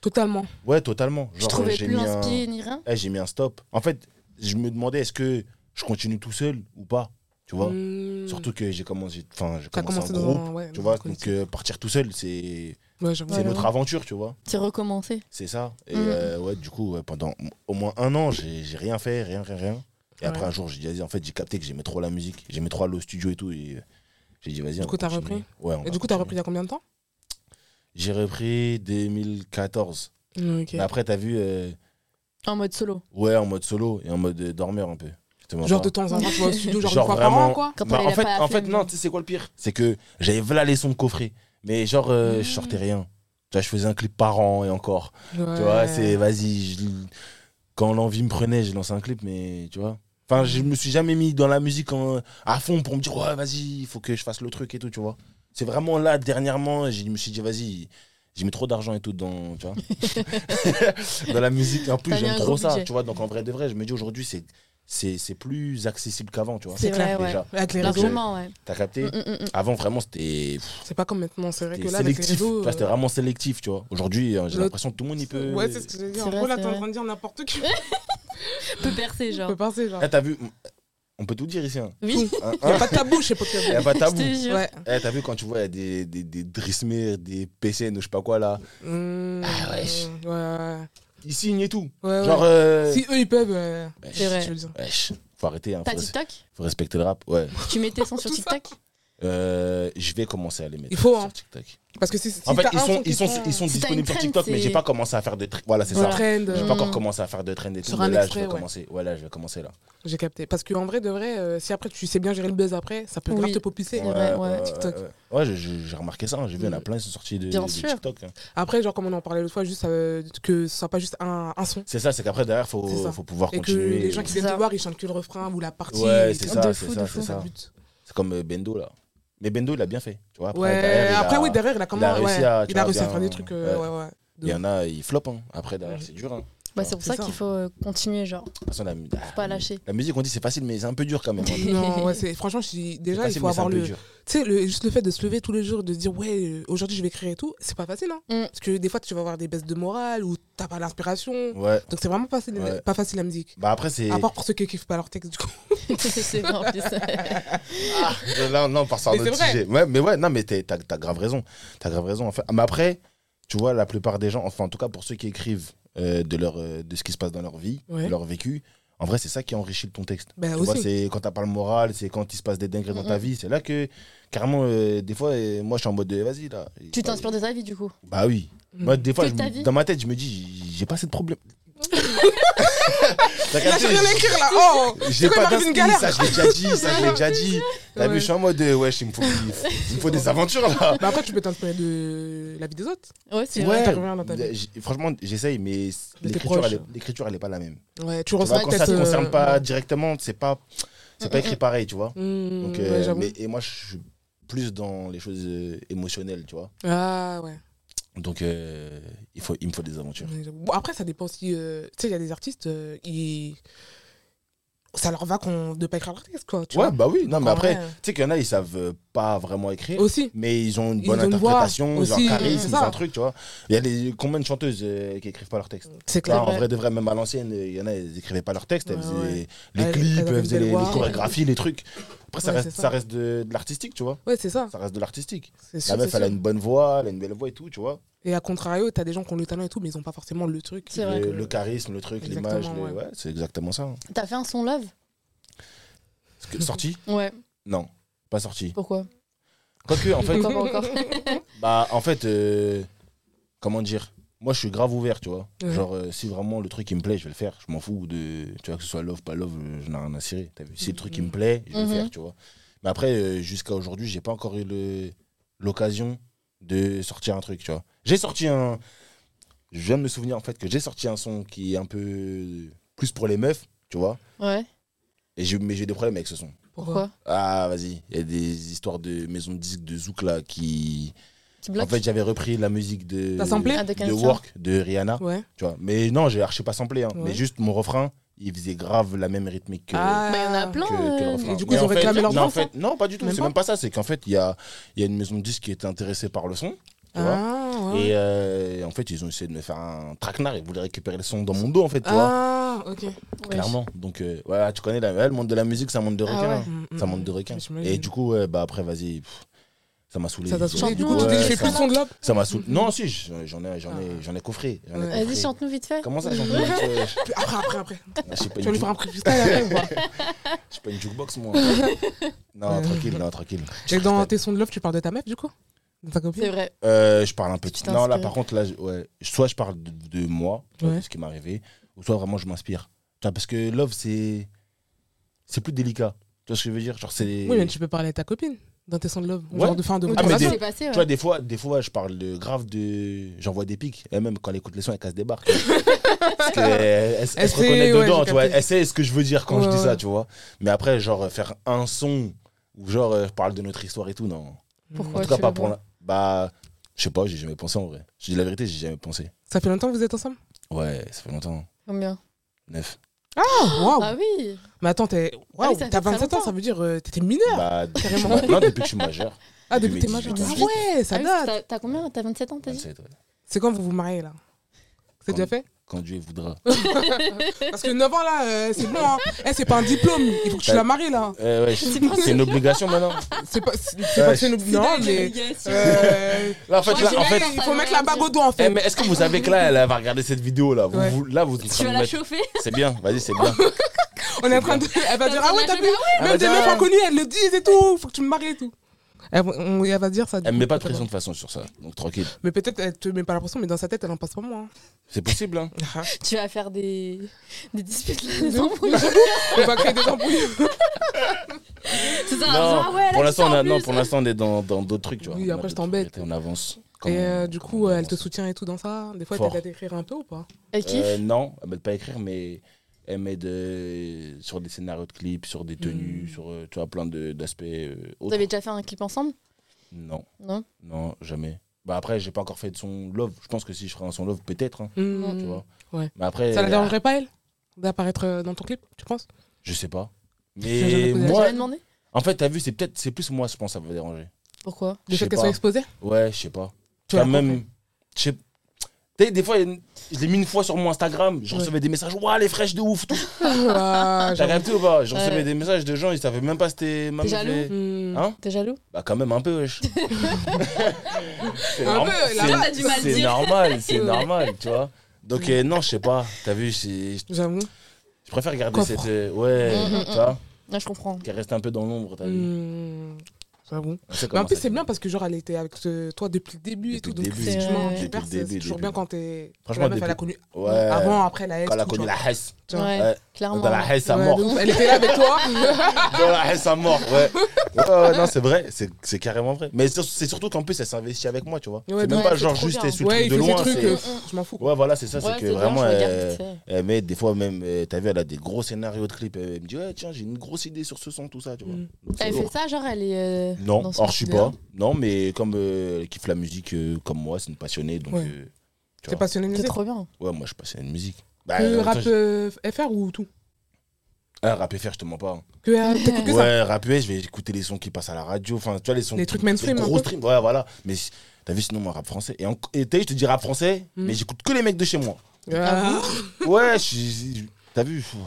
Speaker 1: totalement.
Speaker 3: ouais, totalement.
Speaker 2: Je
Speaker 3: Genre,
Speaker 2: trouvais
Speaker 3: j'ai
Speaker 2: plus
Speaker 3: mis un-
Speaker 2: inspiré ni rien.
Speaker 3: eh, j'ai mis un stop. En fait, je me demandais est-ce que je continue tout seul ou pas, tu vois.
Speaker 1: Hmm.
Speaker 3: Surtout que j'ai commencé, enfin, j'ai
Speaker 1: T'as
Speaker 3: commencé,
Speaker 1: commencé
Speaker 3: en groupe,
Speaker 1: dans un. Ouais,
Speaker 3: tu vois.
Speaker 1: dans un
Speaker 3: Donc euh, partir tout seul, c'est
Speaker 1: Ouais, j'avoue.
Speaker 3: c'est
Speaker 2: Ouais,
Speaker 3: notre
Speaker 2: ouais.
Speaker 3: aventure, tu vois.
Speaker 2: Tu recommençais.
Speaker 3: C'est ça. Et
Speaker 2: Mhm.
Speaker 3: euh, ouais, du coup, ouais, pendant au moins un an, j'ai j'ai rien fait, rien, rien, rien. Et après
Speaker 1: Ouais.
Speaker 3: un jour, j'ai dit, vas-y, en fait, j'ai capté que j'aimais trop la musique, j'aimais trop aller au studio et tout. Et euh, j'ai dit, vas-y.
Speaker 1: Du
Speaker 3: on
Speaker 1: coup, t'as
Speaker 3: continue.
Speaker 1: repris
Speaker 3: Ouais. on
Speaker 1: Et
Speaker 3: va
Speaker 1: du coup, t'as repris
Speaker 3: continuer.
Speaker 1: il y a combien de temps
Speaker 3: J'ai repris 2014.
Speaker 1: Ok.
Speaker 3: Mais après, t'as vu, euh,
Speaker 2: En mode solo.
Speaker 3: ouais, en mode solo et en mode euh, dormeur un peu. Je te mens
Speaker 1: Genre
Speaker 3: pas.
Speaker 1: de temps en temps, tu vois, au studio, genre une
Speaker 3: Genre
Speaker 1: fois par an,
Speaker 3: vraiment-
Speaker 1: quoi.
Speaker 2: Quand
Speaker 3: Bah,
Speaker 2: on
Speaker 3: en
Speaker 2: allait
Speaker 3: fait,
Speaker 2: pas à la
Speaker 3: en fait,
Speaker 2: flemme.
Speaker 3: non, tu sais c'est quoi le pire C'est que j'avais v'là les sons de coffret. Mais genre, euh, je sortais rien. Tu vois, je faisais un clip par an et encore. Tu vois, c'est vas-y. je- Quand l'envie me prenait, j'ai lancé un clip, mais tu vois. Enfin, je me suis jamais mis dans la musique en- à fond pour me dire, ouais, vas-y, il faut que je fasse le truc et tout, tu vois. C'est vraiment là, dernièrement, je me suis dit, vas-y, j'ai mis trop d'argent et tout dans, tu vois dans la musique. En plus,
Speaker 2: T'as mis un
Speaker 3: j'aime trop
Speaker 2: gros
Speaker 3: ça,
Speaker 2: budget.
Speaker 3: tu vois. Donc en vrai de vrai, je me dis aujourd'hui, c'est c'est c'est plus accessible qu'avant, tu vois.
Speaker 2: C'est
Speaker 1: clair,
Speaker 2: vrai, ouais.
Speaker 3: Déjà,
Speaker 1: Avec les
Speaker 3: Donc, euh,
Speaker 1: réseaux,
Speaker 2: Largement, ouais.
Speaker 3: t'as capté
Speaker 2: Mm, mm, mm, mm.
Speaker 3: Avant, vraiment, c'était
Speaker 1: c'est pas comme maintenant. C'est vrai que
Speaker 3: c'était
Speaker 1: là, avec les
Speaker 3: sélectif. Tu
Speaker 1: réseaux.
Speaker 3: vois, C'était
Speaker 1: euh,
Speaker 3: vraiment sélectif, tu vois. Aujourd'hui, euh, j'ai
Speaker 1: le-
Speaker 3: l'impression que tout le monde y peut.
Speaker 1: Ouais, c'est ce que j'allais dire.
Speaker 2: C'est
Speaker 1: En
Speaker 2: vrai,
Speaker 1: gros, là,
Speaker 2: c'est
Speaker 1: t'es en
Speaker 2: vrai.
Speaker 1: train de dire n'importe qui
Speaker 2: Peut percer, genre.
Speaker 1: peut passer, genre.
Speaker 3: Là, Eh, t'as vu On peut tout dire ici. Hein.
Speaker 2: Oui,
Speaker 3: Hein,
Speaker 1: Y a
Speaker 3: hein
Speaker 1: pas de tabou chez Podcast.
Speaker 3: y a pas de
Speaker 2: je
Speaker 3: tabou.
Speaker 2: te jure.
Speaker 1: Ouais.
Speaker 3: Eh, t'as vu quand tu vois y a des, des, des Drismer, des PCN ou je sais pas quoi là,
Speaker 1: Mmh,
Speaker 3: Ah, ouais.
Speaker 1: Ouais, ouais.
Speaker 3: ils signent et tout.
Speaker 1: Ah Ouais, ouais.
Speaker 3: Genre. euh,
Speaker 1: Si eux, ils peuvent. euh,
Speaker 3: wesh,
Speaker 2: C'est vrai.
Speaker 1: tu veux dire.
Speaker 3: wesh, faut arrêter, hein,
Speaker 2: T'as
Speaker 3: faut, res-
Speaker 2: TikTok
Speaker 3: faut respecter le rap. Ouais.
Speaker 2: Tu mets tes sons sur
Speaker 1: Tout ça.
Speaker 2: TikTok
Speaker 3: Euh, je vais commencer à les mettre
Speaker 1: Il faut,
Speaker 3: sur
Speaker 1: hein.
Speaker 3: TikTok.
Speaker 1: Parce que si, si
Speaker 3: en fait,
Speaker 1: t'as
Speaker 3: ils
Speaker 1: un
Speaker 3: sont,
Speaker 1: son qui
Speaker 3: ils sont,
Speaker 1: prend
Speaker 3: ils sont
Speaker 2: Si t'as une
Speaker 3: disponibles sur
Speaker 2: trend,
Speaker 3: TikTok, mais
Speaker 2: c'est-
Speaker 3: j'ai pas commencé à faire de. tri- Voilà, c'est
Speaker 1: un
Speaker 3: ça.
Speaker 1: trend,
Speaker 3: J'ai
Speaker 1: euh,
Speaker 3: pas
Speaker 2: Mm.
Speaker 3: encore commencé à faire de trend et tout.
Speaker 1: Sur
Speaker 3: mais
Speaker 1: un
Speaker 3: là,
Speaker 1: extrait,
Speaker 3: je vais
Speaker 1: ouais.
Speaker 3: commencer. Voilà, je vais commencer là.
Speaker 1: J'ai capté. Parce qu'en vrai, de vrai, euh, si après tu sais bien gérer le buzz après, ça peut grave
Speaker 2: Oui.
Speaker 1: te popisser.
Speaker 2: Ouais. vrai,
Speaker 1: TikTok. Mm.
Speaker 3: ouais, ouais. Ouais, je- je- j'ai remarqué ça. hein. J'ai vu, il y en a plein qui sont sortis de,
Speaker 2: Bien
Speaker 3: de
Speaker 2: sûr.
Speaker 3: TikTok. hein.
Speaker 1: Après, genre, comme on en parlait l'autre fois, juste euh, que ce soit pas juste un, un son.
Speaker 3: C'est ça, c'est qu'après, derrière,
Speaker 1: C'est
Speaker 3: faut,
Speaker 1: ça.
Speaker 3: faut pouvoir
Speaker 1: Et que
Speaker 3: continuer.
Speaker 1: les gens qui
Speaker 2: C'est
Speaker 1: viennent
Speaker 2: ça.
Speaker 1: te voir, ils chantent que le refrain ou la partie.
Speaker 3: Ouais,
Speaker 1: et
Speaker 3: c'est
Speaker 1: tout.
Speaker 3: ça,
Speaker 2: de
Speaker 3: c'est
Speaker 2: fou,
Speaker 3: ça,
Speaker 2: de
Speaker 3: c'est
Speaker 2: fou.
Speaker 3: ça.
Speaker 1: Le but.
Speaker 3: C'est comme euh, Bendo, là. Mais Bendo, il a bien fait. Tu vois, après,
Speaker 1: Ouais,
Speaker 3: derrière, il
Speaker 1: après,
Speaker 3: a-
Speaker 1: oui, derrière, il a
Speaker 3: il a
Speaker 1: comment
Speaker 3: réussi
Speaker 1: ouais,
Speaker 3: à, tu
Speaker 1: Il a
Speaker 3: vois,
Speaker 1: réussi à
Speaker 3: bien-
Speaker 1: faire des trucs. euh,
Speaker 3: ouais.
Speaker 1: ouais, ouais.
Speaker 3: Il y en a, ils flopent. hein. Après, derrière,
Speaker 1: Ouais.
Speaker 3: c'est Bah, dur. hein. De
Speaker 2: Bah, c'est pour
Speaker 1: C'est
Speaker 2: ça,
Speaker 1: ça.
Speaker 2: qu'il faut euh, continuer, genre.
Speaker 3: toute façon, la, mu-
Speaker 2: Faut pas lâcher.
Speaker 3: la musique, on dit c'est facile, mais c'est un peu dur quand même. hein.
Speaker 1: Non, ouais, c'est franchement, je-
Speaker 3: C'est
Speaker 1: déjà, il
Speaker 3: facile,
Speaker 1: faut
Speaker 3: mais c'est un
Speaker 1: avoir
Speaker 3: peu
Speaker 1: le. Tu
Speaker 3: dur.
Speaker 1: sais, le- juste le fait de se lever tous les jours, de se dire, ouais, euh, aujourd'hui, je vais écrire et tout, c'est pas facile, hein.
Speaker 2: Mm.
Speaker 1: Parce que des fois, tu vas avoir des baisses de morale ou t'as pas l'inspiration.
Speaker 3: Ouais.
Speaker 1: Donc, c'est vraiment pas facile,
Speaker 3: Ouais.
Speaker 1: pas facile la musique.
Speaker 3: Bah, après, c'est.
Speaker 1: À part pour ceux qui kiffent pas leur texte, du coup.
Speaker 2: c'est vrai, en plus.
Speaker 3: Là, non, on part sur un
Speaker 1: Ah. Mais
Speaker 3: autre
Speaker 1: c'est vrai.
Speaker 3: sujet. Ouais, mais ouais, non, mais t'es- t'as t'as grave raison. T'as grave raison. En fait. Mais après, tu vois, la plupart des gens, enfin, en tout cas, pour ceux qui écrivent euh, de, leur, euh, de ce qui se passe dans leur vie,
Speaker 1: Ouais.
Speaker 3: de leur vécu, en vrai, c'est ça qui enrichit ton texte.
Speaker 1: Bah,
Speaker 3: Tu vois,
Speaker 1: aussi.
Speaker 3: c'est quand t'as pas le moral, c'est quand il se passe des dingueries dans ta
Speaker 2: Mhm.
Speaker 3: vie. C'est là que, carrément, euh, des fois, euh, moi, je suis en mode, de, vas-y, là.
Speaker 2: tu
Speaker 3: Bah,
Speaker 2: t'inspires de ta vie, du coup.
Speaker 3: Bah oui.
Speaker 1: Mm.
Speaker 3: Moi, des fois,
Speaker 2: Que
Speaker 3: je-
Speaker 2: ta vie.
Speaker 3: dans ma tête, je me dis, j'ai pas assez de problème. T'as
Speaker 1: Là, je
Speaker 3: capté
Speaker 1: viens d'écrire là. Oh
Speaker 3: j'ai
Speaker 1: quoi, il
Speaker 3: pas
Speaker 1: m'arrive une
Speaker 3: d'inspiration,
Speaker 1: galère
Speaker 3: ça je l'ai déjà dit, ça je l'ai déjà dit. T'as vu,
Speaker 1: Ouais.
Speaker 3: je suis en mode, euh, wesh, il me faut, il me faut- il me faut des aventures là.
Speaker 1: Bah après, tu peux t'inspirer de la vie des autres.
Speaker 2: Ouais, c'est
Speaker 1: Ouais.
Speaker 2: vrai.
Speaker 1: t'as rien hein, dans ta vie.
Speaker 3: j'ai- franchement, j'essaye, mais
Speaker 1: tes
Speaker 3: l'écriture,
Speaker 1: proches.
Speaker 3: elle est- l'écriture, elle est pas la même.
Speaker 1: Ouais, tu
Speaker 3: Tu vois,
Speaker 1: ressens
Speaker 3: Bah, quand ça te
Speaker 1: peut-être,
Speaker 3: concerne
Speaker 1: euh,
Speaker 3: pas directement, c'est pas, c'est pas
Speaker 2: Mm,
Speaker 3: écrit pareil, tu vois.
Speaker 1: Mmh,
Speaker 3: Donc,
Speaker 1: ouais,
Speaker 3: euh,
Speaker 1: j'avoue.
Speaker 3: mais, et moi, je suis plus dans les choses euh, émotionnelles, tu vois.
Speaker 1: Ah ouais.
Speaker 3: Donc, euh, il, faut, il me faut des aventures.
Speaker 1: Ouais, j'avoue. Bon, après, ça dépend aussi. euh, Tu sais, il y a des artistes, euh, ils... ça leur va qu'on... de pas écrire leur texte, quoi. Tu
Speaker 3: ouais,
Speaker 1: vois
Speaker 3: bah oui, non, mais
Speaker 1: En
Speaker 3: après, tu
Speaker 1: vrai,
Speaker 3: sais qu'il y en a, ils savent euh, pas vraiment écrire.
Speaker 1: Aussi.
Speaker 3: mais ils ont une
Speaker 1: Ils
Speaker 3: bonne
Speaker 1: ont une voix
Speaker 3: interprétation, ils ont un
Speaker 1: aussi,
Speaker 3: charisme,
Speaker 1: c'est
Speaker 3: ils ont
Speaker 1: ça.
Speaker 3: un truc, tu vois. Il y a des, combien de chanteuses euh, qui écrivent pas leur texte
Speaker 1: C'est
Speaker 3: Là,
Speaker 1: clair.
Speaker 3: En vrai de vrai, même à l'ancienne, euh, il y en a, elles écrivaient pas leur texte, elles
Speaker 1: Ouais,
Speaker 3: faisaient
Speaker 1: ouais.
Speaker 3: les
Speaker 1: Elles-
Speaker 3: clips,
Speaker 1: elles
Speaker 3: elles,
Speaker 1: avaient une
Speaker 3: faisaient
Speaker 1: belle
Speaker 3: les,
Speaker 1: voix.
Speaker 3: les chorégraphies, les trucs. Après, ça
Speaker 1: Ouais,
Speaker 3: reste,
Speaker 1: c'est ça.
Speaker 3: ça reste de, de l'artistique, tu vois.
Speaker 1: Ouais, c'est ça.
Speaker 3: Ça reste de l'artistique.
Speaker 1: C'est sûr,
Speaker 3: La meuf,
Speaker 1: c'est
Speaker 3: elle a
Speaker 1: sûr.
Speaker 3: une bonne voix, elle a une belle voix et tout, tu vois.
Speaker 1: Et à contrario, t'as des gens qui ont le talent et tout, mais ils ont pas forcément le truc. Euh,
Speaker 2: C'est vrai.
Speaker 1: que-
Speaker 3: Le, le charisme, le truc, l'image,
Speaker 1: Exactement,
Speaker 3: le-
Speaker 1: ouais.
Speaker 3: ouais, c'est exactement ça. hein.
Speaker 2: mm. T'as fait un son love
Speaker 3: Parce que- Sorti
Speaker 2: Ouais.
Speaker 3: Non, pas sorti.
Speaker 2: Pourquoi
Speaker 3: Quoique, en fait,
Speaker 2: Pourquoi pas encore
Speaker 3: Bah, en fait, euh, comment dire Moi, je suis grave ouvert, tu vois.
Speaker 1: Ouais.
Speaker 3: Genre, euh, si vraiment le truc qui me plaît, je vais le faire. Je m'en fous de. Tu vois, que ce soit love, pas love, euh, je n'ai rien à cirer. T'as vu Si le truc qui me plaît, je vais
Speaker 2: Mhm.
Speaker 3: le faire, tu vois. Mais après, euh, jusqu'à aujourd'hui, j'ai pas encore eu le- l'occasion de sortir un truc, tu vois. J'ai sorti un. Je viens de me souvenir, en fait, que j'ai sorti un son qui est un peu plus pour les meufs, tu vois.
Speaker 2: Ouais.
Speaker 3: Et j'ai- mais j'ai des problèmes avec ce son.
Speaker 2: Pourquoi
Speaker 3: Ah, vas-y. Il y a des histoires de maison de disques de Zouk là qui.
Speaker 2: Tu bloques
Speaker 3: En fait, j'avais repris la musique de,
Speaker 1: T'as samplé
Speaker 2: Ah, de
Speaker 3: de
Speaker 2: quelqu'un
Speaker 3: Work de Rihanna,
Speaker 1: Ouais.
Speaker 3: tu vois. Mais non, j'ai archi pas samplé, hein.
Speaker 1: Ouais.
Speaker 3: mais juste mon refrain, il faisait grave la même rythmique que,
Speaker 1: Ah.
Speaker 2: Bah, il y en a plein.
Speaker 3: que- que le
Speaker 2: euh,
Speaker 3: refrain.
Speaker 1: Et du coup,
Speaker 3: Mais
Speaker 1: ils
Speaker 3: en
Speaker 1: ont
Speaker 3: fait-
Speaker 1: réclamé leur
Speaker 3: non, en
Speaker 1: danse, hein.
Speaker 3: fait- Non, pas du tout,
Speaker 1: Même
Speaker 3: c'est
Speaker 1: pas
Speaker 3: même pas ça, c'est qu'en fait, il y a, il y a une maison de disques qui était intéressée par le son, tu vois.
Speaker 1: Ah, ouais.
Speaker 3: Et euh, en fait, ils ont essayé de me faire un traquenard, ils voulaient récupérer le son dans mon dos, en fait, tu vois.
Speaker 1: Ah, ok.
Speaker 2: ouais.
Speaker 3: Clairement. Donc, euh, ouais, tu connais la, ouais, le monde de la musique, ça monte de
Speaker 2: Ah
Speaker 3: requin.
Speaker 2: ouais.
Speaker 3: hein.
Speaker 1: mm,
Speaker 3: Ça monte de requin.
Speaker 1: requins
Speaker 3: Et du coup, ouais, bah après, vas-y, pff, ça m'a saoulé.
Speaker 1: ça t'a
Speaker 3: J'ai-
Speaker 1: saoulé. Du coup,
Speaker 2: Ouais,
Speaker 1: tu t'es dit, je fais
Speaker 3: ça
Speaker 1: plus
Speaker 3: m'a-
Speaker 1: de son de l'op.
Speaker 3: Ça m'a saoulé. Non, si, j'en ai, j'en ai,
Speaker 1: Ah.
Speaker 3: j'en ai coffré. j'en ai
Speaker 1: Ouais.
Speaker 3: coffré.
Speaker 2: Vas-y, chante-nous vite fait.
Speaker 3: Comment ça, j'en ai coffré
Speaker 1: Après, après, après.
Speaker 3: Je suis pas
Speaker 1: Tu vas
Speaker 3: une
Speaker 1: lui faire
Speaker 3: ju-
Speaker 1: un freestyle après. ou quoi
Speaker 3: je suis pas une jukebox, moi.
Speaker 1: Ouais.
Speaker 3: Non, tranquille, non, tranquille.
Speaker 1: Et dans tes sons de love, tu parles de ta meuf, du coup De ta
Speaker 2: C'est
Speaker 1: copine
Speaker 2: vrai.
Speaker 3: Euh, je parle un peu.
Speaker 2: Tu t'es
Speaker 3: Non, là,
Speaker 2: inspiré.
Speaker 3: par contre, là, je- ouais, soit je parle de, de moi, tu vois,
Speaker 1: Ouais.
Speaker 3: de ce qui m'est arrivé, ou soit vraiment je m'inspire. Tu vois, parce que love, c'est. C'est plus délicat. Tu vois ce que je veux dire Genre, c'est.
Speaker 1: Oui, mais tu peux parler à ta copine dans tes sons de love.
Speaker 3: Ouais.
Speaker 1: Genre de fin de
Speaker 2: Ou
Speaker 3: Ah, mais
Speaker 2: comment
Speaker 1: conversation.
Speaker 2: ça
Speaker 3: des-
Speaker 2: s'est passé
Speaker 3: Tu
Speaker 2: ouais.
Speaker 3: vois, des fois, des fois, je parle de grave de. J'envoie des pics. Et même quand elle écoute les sons, elle casse des barres. Parce qu'elle elle, elle
Speaker 1: Elle
Speaker 3: se
Speaker 1: sait,
Speaker 3: reconnaît
Speaker 1: ouais,
Speaker 3: dedans,
Speaker 1: j'ai
Speaker 3: tu vois.
Speaker 1: capté.
Speaker 3: Elle sait ce que je veux dire quand je
Speaker 1: Ouais,
Speaker 3: dis ça,
Speaker 1: ouais.
Speaker 3: tu vois. Mais après, genre, faire un son où, genre, euh, je parle de notre histoire et tout, non.
Speaker 1: Mmh.
Speaker 2: Pourquoi
Speaker 3: En tout cas,
Speaker 2: tu
Speaker 3: pas
Speaker 2: veux
Speaker 3: pour.
Speaker 2: pas
Speaker 3: la- Bah, Je sais pas, j'ai jamais pensé en vrai. Je dis la vérité, j'ai jamais pensé.
Speaker 1: Ça fait longtemps que vous êtes ensemble
Speaker 3: Ouais, ça fait longtemps.
Speaker 2: Combien
Speaker 3: Neuf.
Speaker 1: Ah, waouh
Speaker 2: Ah oui
Speaker 1: Mais attends, t'es- waouh,
Speaker 2: oui, Ah, ça fait
Speaker 1: t'as
Speaker 2: très
Speaker 1: 27 ans,
Speaker 2: longtemps.
Speaker 1: ça veut dire euh, t'étais mineur.
Speaker 3: Bah, depuis que je suis
Speaker 1: Carrément.
Speaker 3: ma- non, depuis que je suis majeur.
Speaker 1: ah, depuis que t'es
Speaker 3: oui,
Speaker 1: majeur.
Speaker 3: 18,
Speaker 1: Ah ouais, ça
Speaker 2: Ah oui,
Speaker 1: date.
Speaker 2: t'as- T'as combien T'as 27 ans, t'as dit
Speaker 3: 27, ouais.
Speaker 1: C'est quand vous vous mariez là C'est
Speaker 3: Quand-
Speaker 1: déjà fait
Speaker 3: Quand Dieu voudra.
Speaker 1: Parce que 9 ans là, euh, c'est bon. Hein. Eh, c'est pas un diplôme. Il faut que tu
Speaker 3: Bah-
Speaker 1: la maries là.
Speaker 3: Euh, ouais, je- c'est une obligation maintenant.
Speaker 1: C'est pas, c'est c'est pas
Speaker 3: Ouais,
Speaker 1: que c'est une-
Speaker 2: C'est
Speaker 1: Non,
Speaker 2: dingue,
Speaker 1: mais.
Speaker 2: les gars, c'est-
Speaker 1: euh,
Speaker 3: Là, en fait,
Speaker 2: Ouais,
Speaker 3: là,
Speaker 2: j'ai
Speaker 3: en
Speaker 2: la
Speaker 3: fait.
Speaker 2: carte.
Speaker 1: il faut mettre la bague au doigt en
Speaker 3: Eh,
Speaker 1: fait.
Speaker 3: mais est-ce que vous savez que là, elle va regarder cette vidéo là vous,
Speaker 1: Ouais.
Speaker 3: vous- Là, vous êtes en
Speaker 2: Tu
Speaker 3: train
Speaker 2: vas
Speaker 3: de
Speaker 2: la
Speaker 3: mettre-
Speaker 2: chauffer
Speaker 3: C'est bien, vas-y, c'est bien.
Speaker 1: On est en train de. Elle va dire Ah ouais, t'as vu
Speaker 3: Elle va
Speaker 1: Même des
Speaker 3: dire,
Speaker 1: meufs
Speaker 3: ah,
Speaker 1: inconnues, elles le disent et tout. Faut que tu me maries et tout. Elle, on- elle va dire ça. du
Speaker 3: Elle me
Speaker 1: coup,
Speaker 3: met pas de
Speaker 1: peut-être.
Speaker 3: pression de façon sur ça, donc tranquille.
Speaker 1: Mais peut-être elle te met pas la pression, mais dans sa tête, elle en pense pas moins.
Speaker 3: C'est possible, hein
Speaker 1: hein.
Speaker 2: Tu vas faire des, des disputes là
Speaker 1: De ouf,
Speaker 2: dedans.
Speaker 1: de ouf. on va créer des embrouilles.
Speaker 2: C'est ça,
Speaker 3: Non,
Speaker 2: ah ouais, là,
Speaker 3: pour
Speaker 2: tu
Speaker 3: l'instant, on
Speaker 2: t'en
Speaker 3: a- non,
Speaker 2: abuses.
Speaker 3: pour l'instant, on est dans dans d'autres trucs, tu vois.
Speaker 1: Oui,
Speaker 3: On a
Speaker 1: après, je
Speaker 3: d'autres
Speaker 1: t'embête.
Speaker 3: trucs, On avance. Comme
Speaker 1: Et euh,
Speaker 3: on-
Speaker 1: du
Speaker 3: comme
Speaker 1: coup,
Speaker 3: on
Speaker 1: elle te
Speaker 3: avance.
Speaker 1: soutient et tout dans ça. Des fois,
Speaker 3: Fort.
Speaker 1: t'aides à t'écrire un peu ou pas
Speaker 2: Elle kiffe.
Speaker 3: Euh, Non, elle m'aide pas à écrire, mais elle m'aide euh, sur des scénarios de clips, sur des tenues,
Speaker 1: Mm.
Speaker 3: sur euh, tu vois, plein de- d'aspects euh,
Speaker 2: Vous
Speaker 3: autres.
Speaker 2: avez déjà fait un clip ensemble
Speaker 3: Non,
Speaker 2: Non
Speaker 3: non, jamais. Bah après, j'ai pas encore fait de son love. Je pense que si je ferais un son love, peut-être, hein,
Speaker 1: Hmm.
Speaker 3: tu vois.
Speaker 1: Ouais.
Speaker 3: Mais après,
Speaker 1: Ça la
Speaker 3: euh,
Speaker 1: dérangerait pas, elle D'apparaître euh, dans ton clip, tu penses
Speaker 3: je sais pas.
Speaker 1: l'ai jamais posé la
Speaker 3: Mais
Speaker 2: T'as
Speaker 3: moi,
Speaker 2: jamais demandé
Speaker 3: en fait, t'as vu, c'est peut-être, c'est plus moi, je pense, ça va déranger.
Speaker 2: Pourquoi
Speaker 1: Le
Speaker 3: Je
Speaker 1: fait
Speaker 3: sais
Speaker 1: qu'elle soit
Speaker 3: pas.
Speaker 1: exposée
Speaker 3: Ouais, je sais pas.
Speaker 1: Tu
Speaker 3: Tu
Speaker 1: l'as
Speaker 3: vois, même. je sais- Tu sais, des fois, il y a une- je l'ai mis une fois sur mon Instagram, je
Speaker 1: Ouais.
Speaker 3: recevais des messages, waouh, les fraîches de ouf, tout.
Speaker 1: Ah,
Speaker 3: T'as
Speaker 1: j'avoue.
Speaker 3: capté ou pas Je
Speaker 2: Ouais.
Speaker 3: recevais des messages de gens, ils savaient même pas c'était ma
Speaker 2: T'es
Speaker 3: meuf,
Speaker 2: jaloux
Speaker 3: mais-
Speaker 1: Hmm.
Speaker 3: Hein
Speaker 2: T'es jaloux
Speaker 3: Bah, quand même, un peu, wesh. c'est
Speaker 1: Un
Speaker 3: norm-
Speaker 1: peu,
Speaker 3: c'est-
Speaker 1: là-bas,
Speaker 2: t'as du mal
Speaker 3: C'est
Speaker 2: dire.
Speaker 3: normal, c'est normal, tu vois. Donc, euh, non, je sais pas. T'as vu, c'est- je
Speaker 1: J'avoue.
Speaker 3: je préfère garder
Speaker 1: Coffre.
Speaker 3: cette. euh, Ouais,
Speaker 2: Mm, mm,
Speaker 3: tu vois,
Speaker 2: Là, je comprends.
Speaker 3: qui reste un peu dans l'ombre, t'as vu.
Speaker 1: Hmm. J'avoue.
Speaker 3: On sait
Speaker 1: Mais
Speaker 3: comment
Speaker 1: en plus,
Speaker 3: ça
Speaker 1: c'est
Speaker 3: fait.
Speaker 1: bien parce que, genre, elle était avec ce- toi depuis le début et
Speaker 3: Depuis
Speaker 1: tout.
Speaker 3: le
Speaker 1: Donc,
Speaker 3: début.
Speaker 1: effectivement,
Speaker 2: Ouais.
Speaker 1: tu
Speaker 3: Depuis le
Speaker 1: perds, c'est
Speaker 3: début,
Speaker 1: toujours
Speaker 3: début.
Speaker 1: bien quand t'es.
Speaker 3: Franchement,
Speaker 1: la meuf, elle a
Speaker 3: début.
Speaker 1: connu
Speaker 3: Ouais.
Speaker 1: avant, après, la haine.
Speaker 3: Quand elle a
Speaker 1: tout,
Speaker 3: connu
Speaker 1: genre.
Speaker 3: la Hesse.
Speaker 1: Tu vois.
Speaker 2: Ouais,
Speaker 3: Ouais.
Speaker 2: clairement.
Speaker 3: Dans la Hesse à
Speaker 1: Ah, Ouais,
Speaker 3: mort.
Speaker 1: de ouf. Elle était là avec toi.
Speaker 3: Dans la haine, ça mort, ouais. Ouais, ouais, non, c'est vrai, c'est c'est carrément vrai. Mais sur- c'est surtout qu'en plus, elle s'investit avec moi, tu vois.
Speaker 1: Ouais, de
Speaker 3: c'est même
Speaker 1: ouf.
Speaker 3: pas
Speaker 2: Ouais,
Speaker 3: genre
Speaker 2: c'est trop
Speaker 3: juste,
Speaker 2: bien.
Speaker 3: elle suit le
Speaker 1: Ouais, il
Speaker 3: truc de
Speaker 1: fait ses
Speaker 3: loin.
Speaker 1: trucs.
Speaker 3: c'est-
Speaker 1: euh, Je m'en fous.
Speaker 3: Ouais, voilà, c'est ça,
Speaker 2: Ouais,
Speaker 3: c'est que
Speaker 2: c'est bien,
Speaker 3: vraiment.
Speaker 2: je regarde
Speaker 3: euh,
Speaker 2: vite fait.
Speaker 3: euh, mais des fois, même, euh, t'as vu, elle a des gros scénarios de clips. Elle me dit, ouais, tiens, j'ai une grosse idée sur ce son, tout ça, tu vois.
Speaker 1: Mm.
Speaker 3: Donc, c'est
Speaker 2: Elle
Speaker 3: lourd.
Speaker 2: fait ça, genre, elle est. euh,
Speaker 3: Non,
Speaker 2: dans son
Speaker 3: alors je suis pas.
Speaker 2: univers.
Speaker 3: Non, mais comme euh, elle kiffe la musique euh, comme moi, c'est une passionnée, donc.
Speaker 1: Ouais.
Speaker 3: euh, tu
Speaker 1: T'es
Speaker 3: vois.
Speaker 1: passionné de
Speaker 2: C'est
Speaker 1: musique
Speaker 2: trop bien.
Speaker 3: Ouais, moi, je suis passionné de musique. Bah,
Speaker 1: Que
Speaker 3: euh,
Speaker 1: rap
Speaker 3: attends,
Speaker 1: euh, FR ou tout
Speaker 3: je- ah, rap FR, je te mens pas. hein.
Speaker 1: Que euh, t'écoutes que ça
Speaker 3: Ouais, rap US, je vais écouter les sons qui passent à la radio. Enfin, tu vois, les sons.
Speaker 1: Les
Speaker 3: qui-
Speaker 1: trucs mainstream,
Speaker 3: Les
Speaker 1: un
Speaker 3: gros
Speaker 1: peu.
Speaker 3: streams, ouais, voilà. Mais si- t'as vu, sinon, moi, rap français. Et en- et t'as vu, je te dis rap français,
Speaker 1: Mm.
Speaker 3: mais j'écoute que les mecs de chez moi.
Speaker 1: Ah,
Speaker 3: Ouais, je suis- T'as vu fou.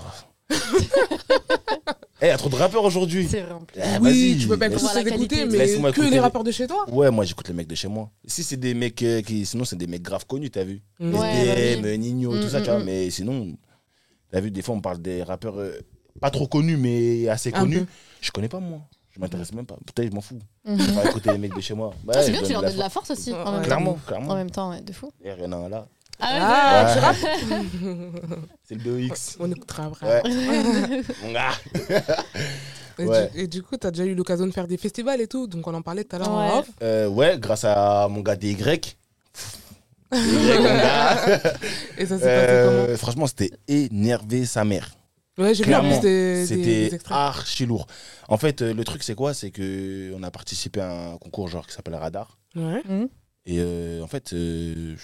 Speaker 3: Eh, y a trop de rappeurs aujourd'hui.
Speaker 2: C'est vrai. en plus.
Speaker 3: Eh,
Speaker 1: Oui,
Speaker 3: vas-y,
Speaker 1: tu peux pas
Speaker 3: laisse-
Speaker 1: écouter
Speaker 2: Laisse-
Speaker 1: sans écouter, mais
Speaker 3: Laisse-moi
Speaker 1: que les
Speaker 3: écouter.
Speaker 1: rappeurs de chez toi
Speaker 3: Ouais, moi j'écoute les mecs de chez moi. Si c'est des mecs euh, qui. Sinon, c'est des mecs graves connus, t'as vu
Speaker 1: Mm.
Speaker 2: Ouais.
Speaker 3: SDM,
Speaker 2: bah
Speaker 3: euh, Nino, tout
Speaker 2: Mm,
Speaker 3: ça,
Speaker 2: mm,
Speaker 3: tu vois.
Speaker 2: mm.
Speaker 3: Mais sinon, t'as vu, des fois, on parle des rappeurs euh, pas trop connus, mais assez
Speaker 1: Un
Speaker 3: connus.
Speaker 1: peu.
Speaker 3: Je connais pas, moi. Je m'intéresse même pas. Peut-être, je m'en fous.
Speaker 2: Mhm.
Speaker 3: Enfin, écouter les mecs de chez moi. Bah,
Speaker 2: Ah, C'est
Speaker 3: je
Speaker 2: bien, tu
Speaker 3: donne
Speaker 2: leur
Speaker 3: la
Speaker 2: donnes de la force aussi.
Speaker 1: Ouais,
Speaker 2: En
Speaker 3: force.
Speaker 2: même temps.
Speaker 3: Clairement,
Speaker 2: En
Speaker 3: clairement.
Speaker 2: même temps, ouais, de fou.
Speaker 3: D'ailleurs, il y en a un là.
Speaker 1: Ah,
Speaker 3: Ouais.
Speaker 1: tu rappes
Speaker 3: C'est le BOX.
Speaker 1: On écoutera après.
Speaker 3: Ouais. Mon gars.
Speaker 1: Et,
Speaker 3: Ouais.
Speaker 1: du, et du coup, t'as déjà eu l'occasion de faire des festivals et tout, donc on en parlait tout à l'heure en
Speaker 2: Ouais.
Speaker 1: off.
Speaker 3: Euh, ouais, grâce à mon gars DY. DY, mon gars.
Speaker 1: Et ça s'est
Speaker 3: Euh,
Speaker 1: passé
Speaker 3: franchement, c'était énervé sa mère.
Speaker 1: comment Ouais, j'ai vu en plus
Speaker 3: clairement,
Speaker 2: Euh,
Speaker 1: des, des-
Speaker 3: C'était Ah.
Speaker 1: des extraits.
Speaker 3: archi lourd. En fait, euh, le truc, c'est quoi C'est que on a participé à un concours genre qui s'appelle Radar.
Speaker 1: Ouais.
Speaker 3: Et euh, en fait, euh, je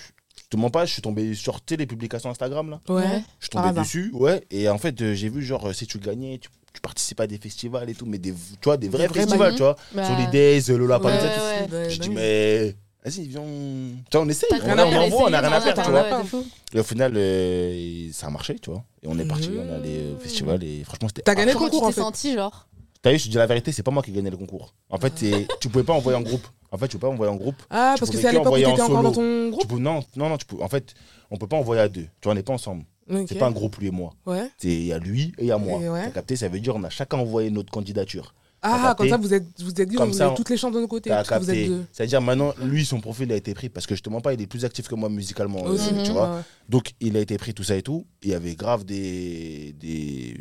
Speaker 3: je te mens pas, je suis tombé sur tu sais, les publications Instagram là.
Speaker 1: Ouais.
Speaker 3: Je suis
Speaker 1: Par
Speaker 3: tombé
Speaker 1: hasard.
Speaker 3: dessus, ouais. Et en fait, euh, j'ai vu genre euh, si tu gagnais, tu, tu participais à des festivals et tout, mais des, tu vois, des vrais
Speaker 1: vrais
Speaker 3: festivals,
Speaker 2: manifs.
Speaker 3: tu vois. Sur les Days, euh, Lola
Speaker 1: Ouais,
Speaker 3: Palusa,
Speaker 2: Bah. ouais,
Speaker 3: tout ça.
Speaker 2: ouais.
Speaker 1: ouais.
Speaker 3: Je dis, mais vas-y, viens. on- Tu vois, on essaye.
Speaker 2: T'as
Speaker 3: On,
Speaker 2: rien
Speaker 3: a,
Speaker 2: à
Speaker 3: on
Speaker 2: faire,
Speaker 3: envoie, on a
Speaker 2: essayer,
Speaker 3: rien à
Speaker 2: t'en
Speaker 3: faire,
Speaker 2: as pas,
Speaker 3: tu vois.
Speaker 2: ouais, de fou.
Speaker 3: Et au final, euh, ça a marché, tu vois. Et on est parti,
Speaker 1: Mhm.
Speaker 3: on est allé au festival et franchement, c'était.
Speaker 1: T'as gagné le
Speaker 2: Comment tu
Speaker 1: concours en
Speaker 2: t'es
Speaker 1: fait.
Speaker 2: senti, genre
Speaker 3: T'as vu, je te dis la vérité, c'est pas moi qui ai gagné le concours. En fait, c'est- tu pouvais pas envoyer en groupe. En fait, tu pouvais pas envoyer en groupe.
Speaker 1: Ah, parce
Speaker 3: Tu
Speaker 1: que
Speaker 3: pouvais
Speaker 1: c'est à
Speaker 3: que
Speaker 1: l'époque où
Speaker 3: envoyer en
Speaker 1: t'étais encore
Speaker 3: solo.
Speaker 1: dans ton
Speaker 3: Tu
Speaker 1: groupe
Speaker 3: peux, non, non, non, tu peux. En fait, on peut pas envoyer à deux. Tu vois, on n'est pas ensemble.
Speaker 1: Ok.
Speaker 3: C'est pas un groupe lui et moi.
Speaker 1: Ouais.
Speaker 3: C'est il y a lui et il y a moi.
Speaker 1: Et ouais.
Speaker 3: T'as capté Ça veut dire on a chacun envoyé notre candidature.
Speaker 1: Ah, comme
Speaker 3: capté.
Speaker 1: ça, vous êtes, vous êtes dit,
Speaker 3: Comme
Speaker 1: vous
Speaker 3: ça,
Speaker 1: avez
Speaker 3: on-
Speaker 1: toutes les chances de nos côtés.
Speaker 3: T'as
Speaker 1: parce que vous êtes
Speaker 3: capté
Speaker 1: deux.
Speaker 3: C'est-à-dire maintenant, lui, son profil a été pris parce que je te mens pas, il est plus actif que moi musicalement. euh,
Speaker 1: Aussi,
Speaker 3: tu
Speaker 2: Mhm.
Speaker 3: vois.
Speaker 1: Ouais, ouais.
Speaker 3: Donc il a été pris tout ça et tout. Il y avait grave des des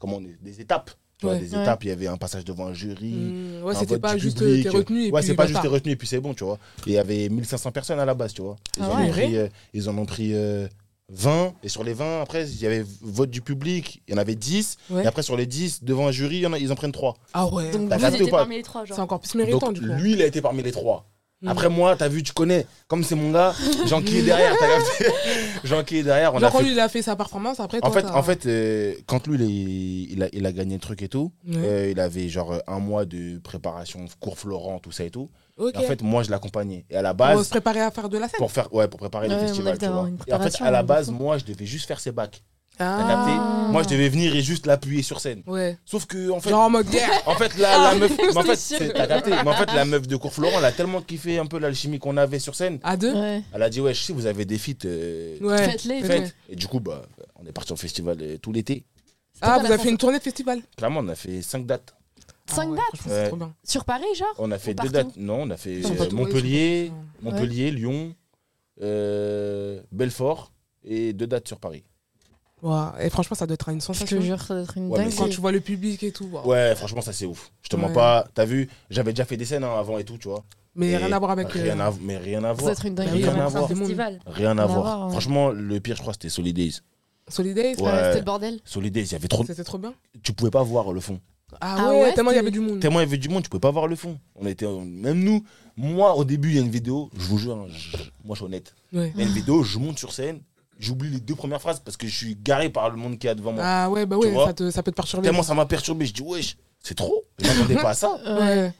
Speaker 3: comment on dit, des étapes. Tu vois,
Speaker 1: Ouais.
Speaker 3: des
Speaker 2: Ouais.
Speaker 3: étapes. Il y avait un passage devant un jury.
Speaker 1: Hmm, ouais,
Speaker 3: un
Speaker 1: c'était
Speaker 3: vote
Speaker 1: pas
Speaker 3: du
Speaker 1: juste euh,
Speaker 3: public.
Speaker 1: t'es retenu et
Speaker 3: ouais,
Speaker 1: puis
Speaker 3: c'est pas juste
Speaker 1: basta.
Speaker 3: t'es retenu et puis c'est bon, tu vois. Et il y avait 1500 personnes à la base, tu vois. Ils,
Speaker 2: Ah
Speaker 3: en,
Speaker 2: ouais.
Speaker 3: ont pris, euh, ils en ont pris euh, 20. Et sur les 20, après, il y avait vote du public. Il y en avait 10.
Speaker 1: Ouais.
Speaker 3: Et après, sur les 10, devant un jury, il y en a- ils en prennent 3.
Speaker 1: Ah ouais.
Speaker 2: Donc
Speaker 3: T'as
Speaker 2: vous
Speaker 3: capté Bah, ou
Speaker 2: étiez
Speaker 3: pas
Speaker 2: parmi les trois,
Speaker 1: C'est
Speaker 2: genre.
Speaker 1: encore plus méritant
Speaker 3: Donc
Speaker 1: du coup. Mm.
Speaker 3: lui, il a été parmi les 3. Après, moi, t'as vu, tu connais. Comme c'est mon gars, Jean-Qui est derrière. T'as capté Jean-Qui est derrière. On
Speaker 1: Genre,
Speaker 3: a
Speaker 1: quand
Speaker 3: fait-
Speaker 1: lui, il a fait hein sa performance, après, toi,
Speaker 3: En fait,
Speaker 1: t'as-
Speaker 3: en fait euh, quand lui, il, est- il a, il a gagné le truc et tout,
Speaker 1: Ouais.
Speaker 3: euh, il avait genre euh, un mois de préparation, cours Florent, tout ça et tout.
Speaker 1: Ok.
Speaker 3: Et en fait, moi, je l'accompagnais. Et à la
Speaker 1: on
Speaker 3: base,
Speaker 1: se préparait à faire de la scène.
Speaker 3: pour, faire, ouais, pour préparer
Speaker 2: Ouais,
Speaker 3: les
Speaker 2: on
Speaker 3: festivals,
Speaker 2: avait
Speaker 3: tu
Speaker 2: d'avoir
Speaker 3: vois.
Speaker 2: une
Speaker 3: Et en fait,
Speaker 2: préparation,
Speaker 3: à la
Speaker 2: de
Speaker 3: base,
Speaker 2: fou.
Speaker 3: moi, je devais juste faire ses bacs.
Speaker 1: Ah.
Speaker 3: T'as capté
Speaker 2: Ah.
Speaker 3: Moi, je devais venir et juste l'appuyer sur scène.
Speaker 1: Ouais.
Speaker 3: Sauf que, en fait,
Speaker 1: Genre Ah, en mode guerre.
Speaker 3: en fait, la, la meuf, mais en
Speaker 2: C'est
Speaker 3: fait,
Speaker 2: sûr.
Speaker 3: c'est- t'as capté. Mais en fait, la meuf de cours Florent, elle a tellement kiffé un peu l'alchimie qu'on avait sur scène.
Speaker 1: À deux.
Speaker 2: Ouais.
Speaker 3: Elle a dit, ouais, si vous avez des feats, euh,
Speaker 1: Ouais.
Speaker 2: Faites-les.
Speaker 1: Faites.
Speaker 3: faites. Et du coup, bah, on est parti au festival euh, tout l'été.
Speaker 1: Ah,
Speaker 2: pas
Speaker 1: vous
Speaker 2: la
Speaker 1: avez fait une tournée de festival.
Speaker 3: Clairement, on a fait cinq dates.
Speaker 2: Cinq
Speaker 1: Ah ouais,
Speaker 2: dates
Speaker 1: franchement, c'est
Speaker 3: Ouais.
Speaker 1: trop bien.
Speaker 2: sur Paris, genre
Speaker 3: On a fait deux
Speaker 2: partout.
Speaker 3: dates. Non, on a fait
Speaker 1: Ils sont
Speaker 3: euh,
Speaker 1: pas tous-
Speaker 3: Montpellier,
Speaker 2: Ouais.
Speaker 3: Montpellier, Lyon, euh, Belfort et deux dates sur Paris.
Speaker 1: Ouah, Et franchement, ça doit être une
Speaker 2: Je
Speaker 1: sensation.
Speaker 2: te jure, ça doit être une
Speaker 3: Ouais, mais
Speaker 1: Quand
Speaker 2: dinguerie.
Speaker 1: tu vois le public et tout. ouah.
Speaker 3: Ouais, franchement, ça c'est ouf. Je te mens
Speaker 1: Ouais.
Speaker 3: pas. T'as vu, j'avais déjà fait des scènes hein, avant et tout, tu vois.
Speaker 1: Mais
Speaker 3: Et
Speaker 1: rien à voir avec. euh,
Speaker 3: Rien à, mais rien à
Speaker 2: Ça doit
Speaker 3: voir.
Speaker 2: être une
Speaker 3: Rien
Speaker 2: dinguerie.
Speaker 3: à
Speaker 2: quand même,
Speaker 3: voir.
Speaker 2: un festival.
Speaker 3: Rien à
Speaker 2: à
Speaker 3: voir.
Speaker 2: voir, ouais.
Speaker 3: Franchement, le pire, je crois, c'était Solidays.
Speaker 1: Solidays.
Speaker 3: Ouais.
Speaker 2: Ouais, C'était le bordel.
Speaker 3: Solidays, il y avait trop. de-
Speaker 1: C'était trop bien.
Speaker 3: Tu pouvais pas voir le fond.
Speaker 1: Ah,
Speaker 2: Ah
Speaker 1: ouais,
Speaker 2: ouais,
Speaker 1: tellement il y
Speaker 2: c'était-
Speaker 1: avait du monde.
Speaker 3: Tellement il y avait du monde, tu pouvais pas voir le fond. On était, même nous, moi au début, il y a une vidéo, je vous jure, hein, je- moi je suis honnête.
Speaker 1: Ouais.
Speaker 3: Il y a une vidéo, je monte sur scène, j'oublie les deux premières phrases parce que je suis garé par le monde qui est devant moi.
Speaker 1: Ah ouais, bah
Speaker 3: Tu
Speaker 1: ouais,
Speaker 3: vois
Speaker 1: ça, te- ça peut te perturber.
Speaker 3: Tellement ça m'a perturbé, je dis wesh, c'est trop. Je m'attendais pas à ça.
Speaker 1: Ouais.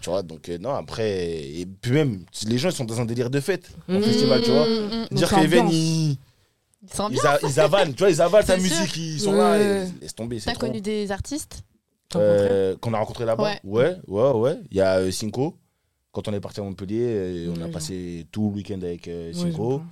Speaker 3: Tu vois, donc euh, non, après, et puis même, les gens ils sont dans un délire de fête au
Speaker 2: Mm.
Speaker 3: festival, tu vois.
Speaker 1: Donc,
Speaker 3: Dire que
Speaker 1: c'est
Speaker 3: les veines,
Speaker 1: ambiance.
Speaker 3: ils,
Speaker 2: Ils sont bien.
Speaker 3: ils, a- ils avalent, tu vois, ils avalent ta
Speaker 2: C'est sûr.
Speaker 3: musique, ils sont là,
Speaker 1: Ouais.
Speaker 3: et- laisse tomber, c'est
Speaker 2: T'as
Speaker 3: trop.
Speaker 2: connu des artistes
Speaker 1: T'as rencontré
Speaker 3: Euh, qu'on a rencontré là-bas. Ouais, ouais, ouais. Il y a euh, Cinco. Quand on est parti à Montpellier, euh, on a
Speaker 1: Ouais,
Speaker 3: passé tout le week-end avec euh,
Speaker 1: Ouais,
Speaker 3: Cinco.
Speaker 1: j'entends.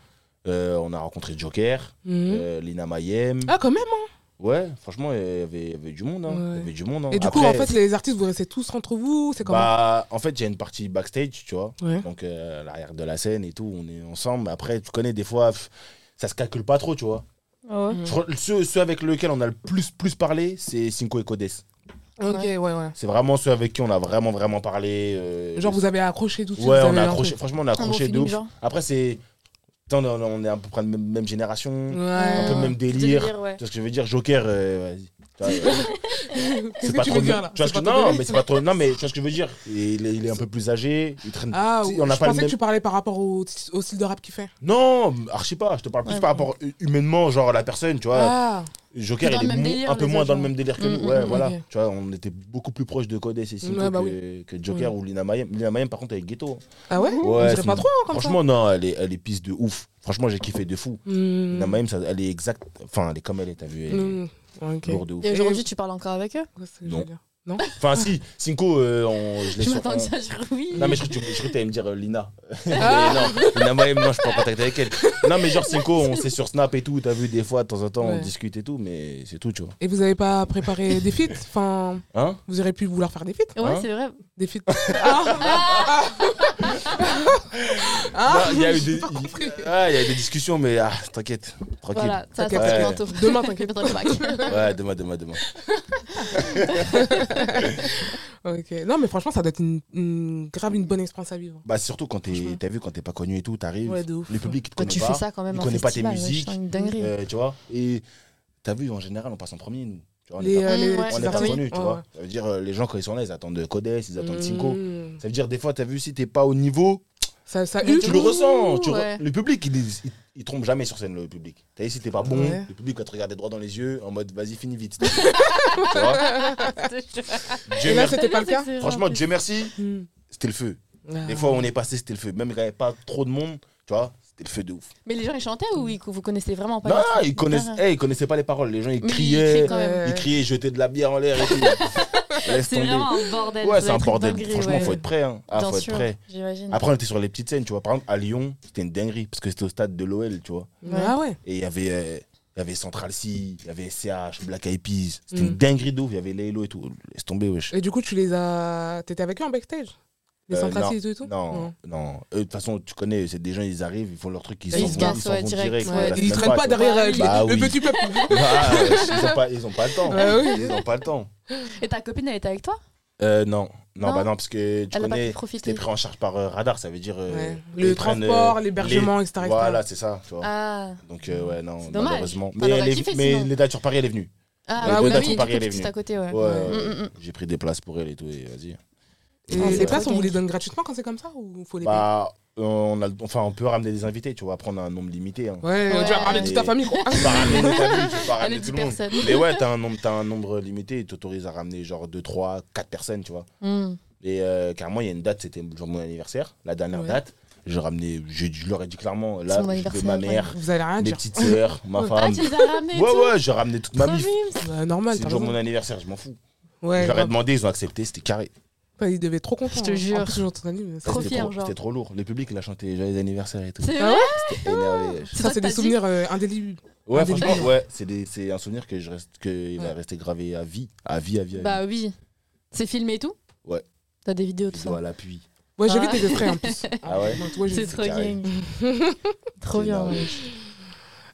Speaker 3: Euh, on a rencontré Joker,
Speaker 1: Mhm.
Speaker 3: euh, Lina Mayem.
Speaker 1: Ah, quand même. hein.
Speaker 3: Ouais, franchement, il y avait, il y avait du monde. hein. Il
Speaker 1: Ouais.
Speaker 3: y avait du monde. hein.
Speaker 1: Et du coup, en
Speaker 3: Après,
Speaker 1: fait, les artistes, vous restez tous entre vous. C'est comment
Speaker 3: bah, en fait, il y a une partie backstage, tu vois.
Speaker 1: Ouais.
Speaker 3: Donc, euh, à l'arrière de la scène et tout, on est ensemble. Après, tu connais, des fois, pff, ça se calcule pas trop, tu vois.
Speaker 1: Mm.
Speaker 3: Je crois- Ceux, ceux avec lesquels on a le plus, plus parlé, c'est Cinco et Codes.
Speaker 1: Ok, ouais, ouais.
Speaker 3: C'est vraiment ceux avec qui on a vraiment, vraiment parlé. euh,
Speaker 1: Genre, vous avez accroché tout de suite.
Speaker 3: Ouais,
Speaker 1: vous
Speaker 3: on
Speaker 1: avez
Speaker 3: a
Speaker 1: lancé.
Speaker 3: accroché. Franchement, on a
Speaker 2: Un bon
Speaker 3: accroché de
Speaker 2: feeling,
Speaker 3: ouf.
Speaker 2: genre
Speaker 3: Après, c'est. Putain, On est- on est à peu près de même, même génération. Un peu
Speaker 1: Ouais.
Speaker 3: le même délire.
Speaker 2: ouais.
Speaker 3: Tu vois ce que je veux dire Joker, euh, vas-y. Tu vois, euh,
Speaker 1: Qu'est-ce
Speaker 3: c'est
Speaker 1: que
Speaker 3: pas
Speaker 1: tu
Speaker 3: trop.
Speaker 1: veux dire là
Speaker 3: tu vois ce
Speaker 1: C'est
Speaker 3: que-
Speaker 1: pas trop
Speaker 3: Non,
Speaker 1: bien.
Speaker 3: mais c'est pas trop. Non, mais tu vois ce que je veux dire Et il, est, il est un peu plus âgé. Il traîne.
Speaker 1: Ah,
Speaker 3: Si,
Speaker 1: je
Speaker 3: on n'a pas le
Speaker 1: pensais que
Speaker 3: même-
Speaker 1: tu parlais par rapport au, au style de rap qu'il fait.
Speaker 3: Non, archi pas. Je te parle plus
Speaker 2: Ouais,
Speaker 3: par rapport humainement, genre à la personne, tu vois.
Speaker 1: Ah,
Speaker 3: Joker,
Speaker 2: Dans
Speaker 3: il
Speaker 2: le
Speaker 3: est
Speaker 2: même
Speaker 3: mo-
Speaker 2: délire,
Speaker 3: un peu
Speaker 2: les
Speaker 3: moins dans le
Speaker 2: agents.
Speaker 3: même délire que nous.
Speaker 2: Mm,
Speaker 3: Ouais,
Speaker 2: mm,
Speaker 3: voilà.
Speaker 1: ok.
Speaker 3: Tu vois, on était beaucoup plus proche de Codes et Cinco
Speaker 1: Ouais, bah
Speaker 3: que,
Speaker 1: oui.
Speaker 3: que Joker ou Lina Mayem. Lina Mayem, par contre, elle est ghetto. hein.
Speaker 1: ah ouais,
Speaker 3: Ouais,
Speaker 1: On dirait
Speaker 3: c'est
Speaker 1: pas
Speaker 3: une-
Speaker 1: trop hein, comme
Speaker 3: Franchement, non, elle est, elle est pisse de ouf. Franchement, j'ai kiffé de fou.
Speaker 1: ça. Hmm.
Speaker 3: La Mayhem, ça- elle est exacte. Enfin, elle est comme elle est, t'as vu. Elle est
Speaker 1: Hmm. Ok.
Speaker 3: lourde de ouf.
Speaker 2: Et aujourd'hui, tu parles encore avec eux
Speaker 1: Qu'est-ce que je
Speaker 3: Non.
Speaker 1: veux dire Non
Speaker 3: Enfin, si, Cinco, euh, on- je l'ai
Speaker 2: Je
Speaker 3: sur-
Speaker 2: m'attends
Speaker 3: on-
Speaker 2: que ça, je oui.
Speaker 3: Non, mais je crois que tu je crois que t'allais me dire euh, Lina.
Speaker 1: Ah.
Speaker 3: Mais non, Lina Mayhem, non, je suis pas en contact avec elle. Non, mais genre Cinco, on s'est sur Snap et tout, t'as vu, des fois, de temps en temps, on
Speaker 1: Ouais.
Speaker 3: discute et tout, mais c'est tout, tu vois.
Speaker 1: Et vous avez pas préparé des feats Enfin,
Speaker 3: Hein
Speaker 1: vous auriez pu vouloir faire des feats
Speaker 2: Ouais,
Speaker 3: Hein
Speaker 2: c'est vrai.
Speaker 1: Des feats Ah Ah
Speaker 3: Non, Il y a eu
Speaker 1: j'ai
Speaker 3: des.
Speaker 1: pas
Speaker 3: il-
Speaker 1: compris.
Speaker 3: Ah, il y a eu des discussions, mais ah, t'inquiète, tranquille.
Speaker 2: Voilà, ça,
Speaker 1: T'inquiète.
Speaker 2: ça sera
Speaker 3: Ouais.
Speaker 2: bientôt.
Speaker 1: Demain, t'inquiète.
Speaker 2: Dans le bac.
Speaker 3: Ouais, demain, demain, demain.
Speaker 1: Ok. Non, mais franchement, ça doit être une, une- grave une bonne expérience à vivre.
Speaker 3: Bah, surtout quand t'es,
Speaker 1: Franchement.
Speaker 3: t'as vu, quand t'es pas connu et tout, t'arrives,
Speaker 1: Ouais, de ouf.
Speaker 3: le public, il te
Speaker 2: Toi,
Speaker 3: connaît
Speaker 2: tu
Speaker 3: pas.
Speaker 2: fais ça quand même
Speaker 3: il
Speaker 2: en
Speaker 3: connaît pas tes
Speaker 2: festival, ouais,
Speaker 3: musiques.
Speaker 2: je sens une dinguerie.
Speaker 3: Euh, tu vois Et t'as vu, en général, on passe en premier, nous. Tu vois, on est
Speaker 1: Les,
Speaker 3: pas-
Speaker 1: euh, les,
Speaker 2: Ouais,
Speaker 3: on
Speaker 1: petits
Speaker 3: est pas
Speaker 1: artistes.
Speaker 3: connus, tu
Speaker 1: Ouais,
Speaker 3: vois.
Speaker 1: ouais.
Speaker 3: Ça veut dire, euh, les gens, quand ils sont là, ils attendent Codès, ils attendent Cinco.
Speaker 1: Hmm.
Speaker 3: Ça veut dire, des fois, t'as vu, si t'es pas au niveau,
Speaker 1: Ça, ça
Speaker 2: Mais
Speaker 1: hurle.
Speaker 3: tu le
Speaker 2: Ouh,
Speaker 3: ressens. tu re-
Speaker 2: ouais.
Speaker 3: Le public, il, est- il, il trompe jamais sur scène, le public. T'as vu, si t'es pas bon,
Speaker 1: Ouais.
Speaker 3: le public va te regarder droit dans les yeux en mode, vas-y, finis vite. tu vois Dieu
Speaker 1: Et là,
Speaker 3: merci.
Speaker 1: c'était pas le cas
Speaker 3: Franchement, Dieu merci,
Speaker 1: Hmm.
Speaker 3: c'était le feu.
Speaker 1: Ah.
Speaker 3: Des fois, on est passé, c'était le feu. Même quand il n'y avait pas trop de monde, tu vois, c'était le feu de ouf.
Speaker 2: Mais les gens, ils chantaient ou ils- vous connaissez vraiment pas
Speaker 3: Non,
Speaker 2: les
Speaker 3: non,
Speaker 2: trucs
Speaker 3: ils connaissent,
Speaker 2: Putain.
Speaker 3: eh, ils connaissaient pas les paroles. Les gens, ils
Speaker 2: Mais ils
Speaker 3: criaient,
Speaker 2: crient quand même.
Speaker 3: ils
Speaker 1: Ouais.
Speaker 3: criaient, jetaient de la bière en l'air et tout. Laisse
Speaker 2: C'est
Speaker 3: tomber.
Speaker 2: vraiment un bordel. ça
Speaker 3: Ouais,
Speaker 2: doit
Speaker 3: c'est un
Speaker 2: être une
Speaker 3: bordel.
Speaker 2: dinguerie,
Speaker 3: Franchement,
Speaker 2: ouais.
Speaker 3: faut être prêt. Hein. Ah,
Speaker 2: Bien
Speaker 3: faut être
Speaker 2: sûr,
Speaker 3: prêt.
Speaker 2: J'imagine.
Speaker 3: Après, on était sur les petites scènes, tu vois. Par exemple, à Lyon, c'était une dinguerie parce que c'était au stade de l'OL, tu vois.
Speaker 1: Ah ouais.
Speaker 3: Et il y avait. euh, il y avait Central C, il y avait SCH, Black Eyed Peas. C'était
Speaker 1: Mm.
Speaker 3: une dinguerie d'ouf. Il y avait les Hello et tout. Laisse tomber, wesh.
Speaker 1: Et du coup, tu les as. T'étais avec eux en backstage Les
Speaker 3: Euh,
Speaker 1: sans
Speaker 3: non,
Speaker 1: tracis et tout et tout
Speaker 3: Non, non. Eux, De toute façon, tu connais, c'est des gens, ils arrivent, ils font leur truc, ils
Speaker 2: Ils
Speaker 3: s'en
Speaker 2: se
Speaker 3: vont,
Speaker 2: cassent,
Speaker 3: ils s'en
Speaker 2: ouais,
Speaker 3: vont
Speaker 2: direct,
Speaker 3: direct.
Speaker 2: ouais.
Speaker 3: ouais, la
Speaker 1: Ils
Speaker 3: semaine
Speaker 1: traînent pas
Speaker 3: passe.
Speaker 1: derrière euh,
Speaker 3: Bah
Speaker 1: le
Speaker 3: oui.
Speaker 1: petit peuple.
Speaker 3: Ah, ouais, ils, ont pas, ils ont pas le temps.
Speaker 1: Bah oui.
Speaker 3: Ils ont pas le temps.
Speaker 2: Et ta copine, elle était avec toi
Speaker 3: Euh, non. non,
Speaker 2: Non.
Speaker 3: bah non, parce que tu
Speaker 2: Elle a pas
Speaker 3: connais,
Speaker 2: pu profiter.
Speaker 3: c'était pris en charge par euh, radar, ça veut dire. euh,
Speaker 1: Ouais.
Speaker 3: ils
Speaker 1: Le
Speaker 3: prennent, euh,
Speaker 1: transport, l'hébergement, etc.
Speaker 3: les-
Speaker 1: etc.
Speaker 3: Voilà, c'est ça, tu vois.
Speaker 2: Ah,
Speaker 3: Donc, euh, ouais, non,
Speaker 2: C'est dommage.
Speaker 3: malheureusement.
Speaker 2: T'en
Speaker 3: Mais,
Speaker 2: aurais
Speaker 3: elle est-
Speaker 2: kiffé,
Speaker 3: mais
Speaker 2: sinon.
Speaker 3: l'État sur Paris, elle est venue.
Speaker 2: ah
Speaker 1: Les deux
Speaker 2: bah
Speaker 1: dates
Speaker 2: oui,
Speaker 1: sont
Speaker 2: du
Speaker 3: pareilles,
Speaker 2: coup,
Speaker 3: elle est
Speaker 2: tout
Speaker 3: venue.
Speaker 2: à côté, ouais.
Speaker 3: Ouais,
Speaker 2: Mm, mm, mm.
Speaker 3: J'ai pris des places pour elle et tout, et vas-y.
Speaker 1: Et
Speaker 2: Ah, c'est
Speaker 1: les places,
Speaker 2: trop
Speaker 1: on vous les
Speaker 2: gag.
Speaker 1: donne gratuitement quand c'est comme ça ou faut les payer
Speaker 3: Bah, on, a, enfin, on peut ramener des invités, tu vois. Après, on a un nombre limité. Hein.
Speaker 1: Ouais,
Speaker 2: Ouais.
Speaker 1: tu vas parler de ah, toute ta famille, quoi.
Speaker 3: Tu peux pas ramener ta famille, tu peux pas
Speaker 2: Allez,
Speaker 3: ramener
Speaker 2: 10
Speaker 3: tout le monde.
Speaker 2: personnes.
Speaker 3: Mais ouais, t'as un nombre, t'as un nombre limité, tu t'autorises à ramener genre 2, 3, 4 personnes, tu vois.
Speaker 2: Hmm.
Speaker 3: Et euh, carrément, il y a une date, c'était genre mon anniversaire, la dernière
Speaker 1: Ouais.
Speaker 3: date. J'ai ramené, j'ai- je leur ai dit clairement,
Speaker 2: C'est
Speaker 3: là,
Speaker 2: mon
Speaker 3: je
Speaker 2: anniversaire,
Speaker 3: fais ma mère,
Speaker 1: Vous allez rien
Speaker 3: mes
Speaker 1: dire.
Speaker 3: petites sœurs, ma
Speaker 2: Ah,
Speaker 3: femme.
Speaker 2: tu les as ramenés et
Speaker 3: Ouais,
Speaker 2: tout.
Speaker 3: ouais, j'ai ramené toute ma
Speaker 2: Trop
Speaker 3: mif.
Speaker 2: mimes.
Speaker 1: Bah, normal,
Speaker 3: C'est
Speaker 1: t'as
Speaker 3: le jour de
Speaker 1: raison.
Speaker 3: mon anniversaire, je m'en fous.
Speaker 1: Ouais,
Speaker 3: je leur ai
Speaker 1: grave.
Speaker 3: demandé, ils ont accepté, c'était carré.
Speaker 1: Ouais, Ils devaient être trop contents.
Speaker 2: Je te
Speaker 1: hein. En
Speaker 2: jure.
Speaker 1: plus, ils ont tout dit, mais ça,
Speaker 2: Trop
Speaker 3: C'était
Speaker 2: fier,
Speaker 3: trop-
Speaker 2: genre.
Speaker 3: C'était trop lourd. Le public, il a chanté Joyeux anniversaire et tout.
Speaker 2: C'est
Speaker 1: Ah
Speaker 2: vrai
Speaker 3: C'était énervé.
Speaker 1: c'est- Ça,
Speaker 2: toi,
Speaker 1: c'est
Speaker 2: t'as
Speaker 1: des
Speaker 2: dit
Speaker 1: souvenirs euh, indélébiles.
Speaker 3: Ouais,
Speaker 1: Un début,
Speaker 3: franchement,
Speaker 1: hein.
Speaker 3: ouais, c'est des- c'est un souvenir que je reste, que il va
Speaker 1: Ouais.
Speaker 3: rester gravé à vie, à vie, à vie, à vie.
Speaker 2: Bah oui. C'est filmé et tout
Speaker 3: Ouais.
Speaker 2: T'as des vidéos de
Speaker 3: Vidéo
Speaker 2: ça
Speaker 3: à l'appui.
Speaker 1: Ouais, j'ai vu
Speaker 2: Ah.
Speaker 1: tes deux frères en plus.
Speaker 3: Ah ouais
Speaker 1: Moi, toi, j'ai
Speaker 2: C'est
Speaker 1: vu.
Speaker 2: trop
Speaker 3: carré.
Speaker 2: gang. Trop
Speaker 3: C'est
Speaker 2: bien.
Speaker 3: énervé.
Speaker 2: ouais.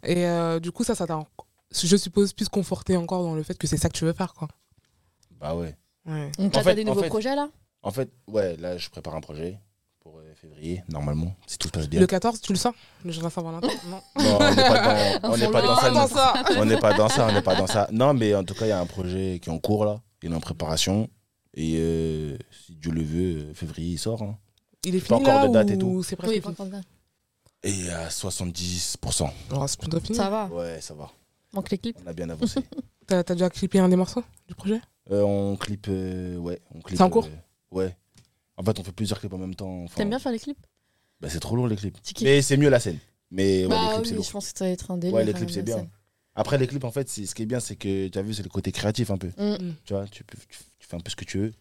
Speaker 1: Et euh, du coup, ça, ça t'a, en- je suppose, plus conforté encore dans le fait que c'est ça que tu veux faire, quoi.
Speaker 3: Bah ouais.
Speaker 1: Ouais.
Speaker 2: Donc là,
Speaker 3: En fait-
Speaker 2: t'as des
Speaker 3: en
Speaker 2: nouveaux
Speaker 3: fait-
Speaker 2: projets là
Speaker 3: En fait, ouais, là, je prépare un projet pour euh, février, normalement, si tout se passe bien.
Speaker 1: Le 14, tu le sens Le jour de Saint-Valentin
Speaker 2: Oh.
Speaker 1: Non.
Speaker 3: Non, on n'est pas dans, on n'est
Speaker 2: Faut
Speaker 3: pas
Speaker 2: le
Speaker 3: dans ça.
Speaker 2: dire.
Speaker 3: non.
Speaker 1: ça
Speaker 3: On n'est pas dans ça, on n'est pas dans ça. Non, mais en tout cas, il y a un projet qui est en cours, là. Il est en préparation. Et euh, si Dieu le veut, euh, février, il sort. hein.
Speaker 1: Il est
Speaker 3: J'ai pas
Speaker 1: fini
Speaker 3: encore
Speaker 1: là
Speaker 3: de date et
Speaker 1: ou
Speaker 3: tout.
Speaker 1: c'est presque
Speaker 2: Oui,
Speaker 1: fini
Speaker 3: Et à 70%.
Speaker 1: Oh, C'est plutôt fini.
Speaker 2: ça va.
Speaker 3: Ouais, ça va.
Speaker 2: Manque les clips.
Speaker 3: On a bien avancé.
Speaker 1: T'as t'as déjà clippé un des morceaux du projet
Speaker 3: Euh, on clip, euh, ouais. On clip,
Speaker 1: C'est en cours
Speaker 3: euh, Ouais. En fait, on fait plusieurs clips en même temps. enfin,
Speaker 2: T'aimes bien faire les clips
Speaker 3: bah, C'est trop lourd, les clips.
Speaker 2: Tu kiffes
Speaker 3: Mais c'est mieux la scène. Mais ouais, les
Speaker 2: Bah
Speaker 3: clips, c'est
Speaker 2: oui,
Speaker 3: lourd.
Speaker 2: je pense que ça va être un délire.
Speaker 3: Ouais, les
Speaker 2: quand
Speaker 3: clips,
Speaker 2: même,
Speaker 3: c'est
Speaker 2: la
Speaker 3: bien.
Speaker 2: scène.
Speaker 3: Après, les clips, en fait, c'est ce qui est bien, c'est que tu as vu, c'est le côté créatif un peu.
Speaker 2: Mm.
Speaker 3: Tu vois, tu, peux- tu- tu fais un peu ce que tu veux.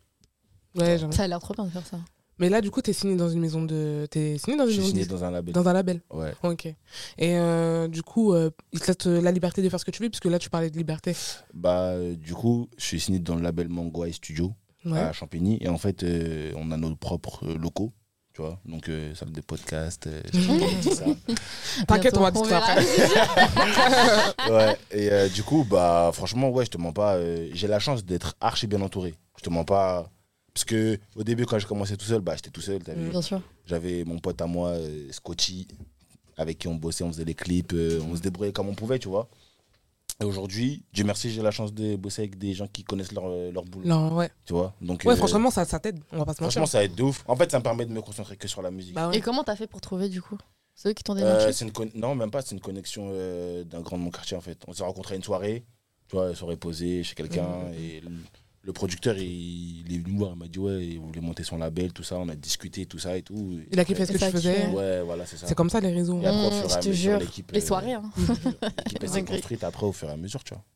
Speaker 1: Ouais, j'aime.
Speaker 2: Ça a l'air trop bien de faire ça.
Speaker 1: Mais là, du coup, t'es signé dans une maison de. T'es signé dans une
Speaker 3: Je suis
Speaker 1: maison de
Speaker 3: signé
Speaker 1: disques,
Speaker 3: dans un label.
Speaker 1: dans un label.
Speaker 3: Ouais.
Speaker 1: Ok. Et euh, du coup, euh, il te laisse euh, la liberté de faire ce que tu veux, puisque là, tu parlais de liberté.
Speaker 3: Bah, euh, du coup, je suis signé dans le label Mangoai Studio
Speaker 1: Ouais.
Speaker 3: à Champigny. Et en fait, euh, on a nos propres euh, locaux. Tu vois, donc euh, salle de podcast, euh, je sais pas comment dire ça.
Speaker 1: T'inquiète, on va
Speaker 2: Bientôt,
Speaker 1: dire ça
Speaker 2: verra.
Speaker 1: après.
Speaker 3: Ouais, et euh, du coup, bah, franchement, ouais, je te mens pas. euh, j'ai la chance d'être archi bien entouré. Je te mens pas. Parce que au début, quand je commençais tout seul, bah, j'étais tout seul. t'as vu.
Speaker 1: Mm.
Speaker 2: Bien sûr.
Speaker 3: J'avais mon pote à moi, euh, Scotty, avec qui on bossait, on faisait les clips, euh, on se débrouillait comme on pouvait, tu vois. Et aujourd'hui, Dieu merci, j'ai la chance de bosser avec des gens qui connaissent leur, euh, leur boulot,
Speaker 1: Non, ouais.
Speaker 3: tu vois. Donc,
Speaker 1: Ouais,
Speaker 3: euh,
Speaker 1: franchement, ça, ça t'aide. On va pas se mentir.
Speaker 3: franchement, ça va être de ouf. En fait, ça me permet de me concentrer que sur la musique.
Speaker 1: Bah ouais.
Speaker 2: Et comment t'as fait pour trouver du coup Ceux qui t'ont
Speaker 3: Euh,
Speaker 2: démarché
Speaker 3: c'est une con- Non, même pas, c'est une connexion euh, d'un grand de mon quartier en fait. On s'est rencontrés à une soirée, tu vois, soirée posée chez quelqu'un. Et le, le producteur, il, il est venu me voir, il m'a dit ouais, il voulait monter son label, tout ça. On a discuté, tout ça et tout.
Speaker 1: Il a kiffé ce
Speaker 2: Et
Speaker 1: que
Speaker 2: ça
Speaker 1: tu faisais.
Speaker 2: kiffe.
Speaker 3: Ouais, voilà, c'est ça.
Speaker 1: C'est comme ça, les réseaux.
Speaker 3: Et après, au
Speaker 2: Mmh,
Speaker 3: fur et à
Speaker 2: je te
Speaker 3: mesure,
Speaker 2: jure.
Speaker 3: l'équipe.
Speaker 2: Les
Speaker 3: euh,
Speaker 2: soirées, hein.
Speaker 3: L'équipe elle s'est
Speaker 2: Dinguerie.
Speaker 3: construite après au fur et à mesure, tu vois.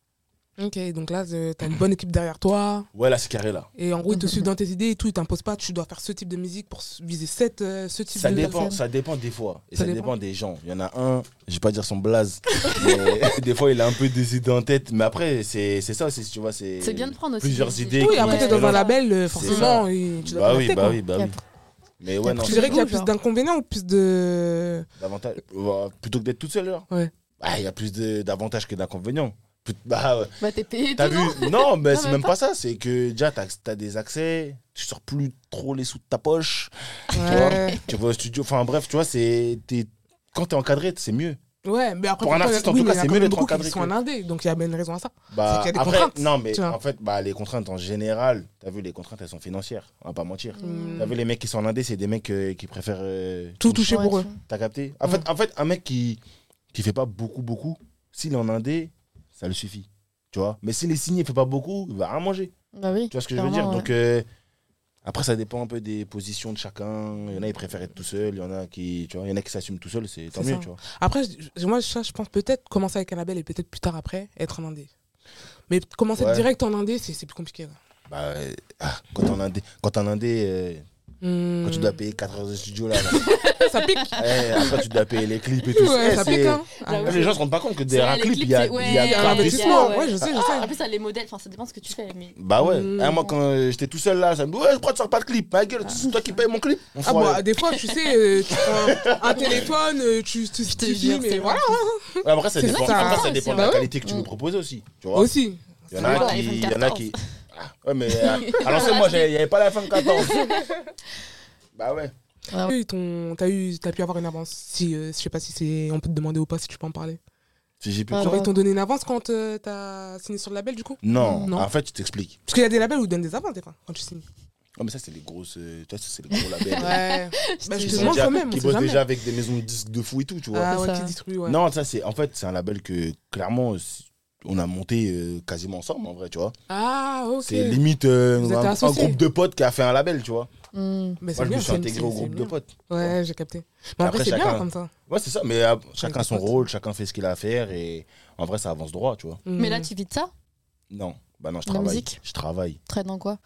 Speaker 1: Ok, donc là, euh, t'as une bonne équipe derrière toi.
Speaker 3: Ouais, là, c'est carré là.
Speaker 1: Et en gros, ils te suivent dans tes idées et tout. Ils t'imposent pas, tu dois faire ce type de musique pour s- viser cette, euh, ce type
Speaker 3: Ça
Speaker 1: de.
Speaker 3: dépend,
Speaker 2: personnes.
Speaker 3: ça dépend des fois. Et
Speaker 1: Ça
Speaker 3: ça,
Speaker 1: dépend.
Speaker 3: dépend. des gens. Il y en a un, je vais pas dire son blaze, mais des fois il a un peu des idées en tête. Mais après, c'est c'est ça aussi, tu vois.
Speaker 2: C'est bien de prendre aussi.
Speaker 3: plusieurs
Speaker 2: des-
Speaker 3: idées
Speaker 1: Oui,
Speaker 3: qui-
Speaker 1: après, t'es
Speaker 3: Ouais.
Speaker 1: dans un
Speaker 3: Ouais.
Speaker 1: label, euh,
Speaker 3: C'est
Speaker 1: forcément. et Tu dois
Speaker 3: Bah oui,
Speaker 1: t'adapter,
Speaker 3: bah
Speaker 1: quoi.
Speaker 3: oui, bah oui.
Speaker 2: Quatre.
Speaker 3: Mais ouais, non,
Speaker 1: Tu
Speaker 2: C'est
Speaker 1: dirais qu'il y a
Speaker 2: cool,
Speaker 1: plus
Speaker 2: genre.
Speaker 1: d'inconvénients ou plus de.
Speaker 3: davantage. bah, Plutôt que d'être toute seule, là.
Speaker 1: Ouais.
Speaker 3: Ah, il y a plus de- d'avantages que d'inconvénients. Plus- Bah, ouais.
Speaker 2: Bah t'es payé
Speaker 3: T'as
Speaker 2: tout, non
Speaker 3: vu Non, mais
Speaker 2: Non,
Speaker 3: c'est
Speaker 2: même
Speaker 3: même pas ça. C'est que déjà, t'as as des accès, tu sors plus trop les sous de ta poche,
Speaker 1: Ouais.
Speaker 3: tu vas au studio. Enfin, bref, tu vois, c'est. t'es- Quand t'es encadré, c'est mieux.
Speaker 1: Euh, Ouais, mais après.
Speaker 3: Pour un
Speaker 1: pourquoi-
Speaker 3: artiste, en
Speaker 1: oui,
Speaker 3: tout
Speaker 1: mais
Speaker 3: cas,
Speaker 1: il y a
Speaker 3: c'est
Speaker 1: quand
Speaker 3: mieux
Speaker 1: même
Speaker 3: d'être
Speaker 1: beaucoup qui
Speaker 3: encadré
Speaker 1: sont
Speaker 3: que-
Speaker 1: en indé, donc il y a bien une raison à ça.
Speaker 3: Bah,
Speaker 1: C'est qu'il y a des
Speaker 3: après,
Speaker 1: contraintes,
Speaker 3: non, mais
Speaker 1: tu vois.
Speaker 3: en fait, bah, les contraintes en général, t'as vu, les contraintes, elles sont financières, on va pas mentir.
Speaker 1: Mm.
Speaker 2: Mmh.
Speaker 3: T'as vu, les mecs qui sont en indé, c'est des mecs euh, qui préfèrent. euh,
Speaker 1: Tout toucher
Speaker 2: Ouais,
Speaker 1: pour eux.
Speaker 2: tu vois.
Speaker 3: T'as capté en, fait, en fait, un mec qui, qui fait pas beaucoup, beaucoup, s'il est en indé, ça le suffit. Tu vois Mais s'il est signé, il fait pas beaucoup, il va rien manger.
Speaker 2: Bah oui.
Speaker 3: Tu vois ce que je veux dire
Speaker 2: clairement,
Speaker 3: Donc, euh, après, ça dépend un peu des positions de chacun. Il y en a, ils préfèrent être tout seuls. Il y en a qui, tu vois, il y en a qui s'assument tout seuls, c'est tant
Speaker 1: C'est
Speaker 3: mieux,
Speaker 1: ça.
Speaker 3: tu vois.
Speaker 1: Après, je- je- moi, ça, je pense peut-être commencer avec un label et peut-être plus tard après être en indé. Mais commencer
Speaker 3: Ouais.
Speaker 1: direct en indé, c'est c'est plus compliqué. là.
Speaker 3: Bah, euh, ah, quand t'es en indé, quand, t'es en indé euh, quand tu
Speaker 1: Hmm.
Speaker 3: dois payer 4 heures de studio, là, là,
Speaker 1: Ça pique.
Speaker 3: eh, après, tu dois payer les clips et tout
Speaker 1: Ouais,
Speaker 3: Eh,
Speaker 1: ça
Speaker 3: c'est-
Speaker 1: pique. hein.
Speaker 2: J'avoue.
Speaker 1: Ah,
Speaker 3: Les gens se rendent pas compte que
Speaker 2: C'est vrai,
Speaker 3: derrière un
Speaker 2: les
Speaker 3: clip,
Speaker 2: clips,
Speaker 3: euh, il y a,
Speaker 2: c'est- ouais,
Speaker 3: il y a
Speaker 1: Il y a un
Speaker 3: grave des
Speaker 1: investissement.
Speaker 2: ouais.
Speaker 1: Ouais, je sais, je sais.
Speaker 2: En plus, ça, les modèles, enfin, ça dépend ce que tu fais. Mais...
Speaker 3: Bah ouais.
Speaker 1: Mm.
Speaker 3: Eh, moi, quand euh, j'étais tout seul là, ça me dit Ouais, je crois que tu sors pas de clip. Ma gueule, c'est toi qui paye mon clip. On
Speaker 1: Ah
Speaker 3: se
Speaker 1: bon,
Speaker 3: relève.
Speaker 1: des fois, tu sais, euh, tu prends un- un téléphone, euh, tu tu
Speaker 2: Je te
Speaker 1: tu
Speaker 2: jure,
Speaker 1: filmes
Speaker 2: c'est
Speaker 1: et voilà
Speaker 3: Ouais, Après, ça
Speaker 1: c'est
Speaker 3: dépend,
Speaker 1: ça, ça
Speaker 3: après,
Speaker 2: dépend
Speaker 3: ça dépend de
Speaker 2: aussi,
Speaker 3: la
Speaker 1: ouais.
Speaker 3: qualité que tu
Speaker 2: Mm.
Speaker 3: veux proposer aussi. Tu vois
Speaker 1: aussi.
Speaker 3: Il y en a
Speaker 2: Ouais,
Speaker 3: qui.
Speaker 2: iPhone
Speaker 3: Il y en a qui. Ah, Ouais, mais euh, à l'ancienne, moi, j'avais- il n'y avait pas la fin de 14. Bah ouais.
Speaker 1: Eux, ils t'ont- T'as eu, t'as pu avoir une avance. Si, euh, je sais pas si c'est, on peut te demander ou pas si tu peux en parler.
Speaker 3: Si j'ai pu.
Speaker 2: Ah
Speaker 1: Genre,
Speaker 2: bah.
Speaker 1: ils t'ont donné une avance quand euh, t'as signé sur le label du coup
Speaker 3: Non,
Speaker 1: Non.
Speaker 3: en fait, tu t'expliques.
Speaker 1: Parce qu'il y a des labels où ils donnent des avances des fois quand tu signes.
Speaker 3: Non, mais ça, c'est les grosses. euh, Tu vois, ça, c'est les gros labels.
Speaker 1: Ouais. Bah, je
Speaker 3: Ils
Speaker 1: te
Speaker 3: sont
Speaker 1: demande
Speaker 3: déjà-
Speaker 1: quand même. on
Speaker 3: Ils
Speaker 1: sait
Speaker 3: bossent
Speaker 1: jamais.
Speaker 3: déjà avec des maisons de disques de fou et tout, tu vois.
Speaker 1: Ah ouais,
Speaker 2: C'est
Speaker 1: qui
Speaker 2: ça.
Speaker 1: détruit, ouais.
Speaker 3: Non, ça, c'est. En fait, c'est un label que, clairement, c'est- on a monté euh, quasiment ensemble, en vrai, tu vois.
Speaker 1: Ah, ok.
Speaker 3: C'est limite euh,
Speaker 1: Vous êtes
Speaker 3: un, un
Speaker 1: associés.
Speaker 3: groupe de potes qui a fait un label, tu vois.
Speaker 2: Hmm.
Speaker 1: Mais c'est
Speaker 3: Moi, je me
Speaker 1: bien,
Speaker 3: suis
Speaker 1: c'est-
Speaker 3: intégré
Speaker 1: c'est-
Speaker 3: au
Speaker 1: c'est
Speaker 3: groupe de
Speaker 1: bien.
Speaker 3: potes.
Speaker 1: Ouais, j'ai capté. Mais après,
Speaker 3: Après,
Speaker 1: c'est bien
Speaker 3: chacun-
Speaker 1: comme ça.
Speaker 3: Ouais, c'est ça, mais euh, chacun
Speaker 1: des
Speaker 3: son
Speaker 1: potes.
Speaker 3: rôle, chacun fait ce qu'il a à faire et en vrai, ça avance droit, tu vois.
Speaker 2: Mais là,
Speaker 1: Mm.
Speaker 2: tu vis de ça
Speaker 3: Non, bah non, je
Speaker 2: La
Speaker 3: travaille.
Speaker 2: musique.
Speaker 3: Je travaille.
Speaker 2: Très dans quoi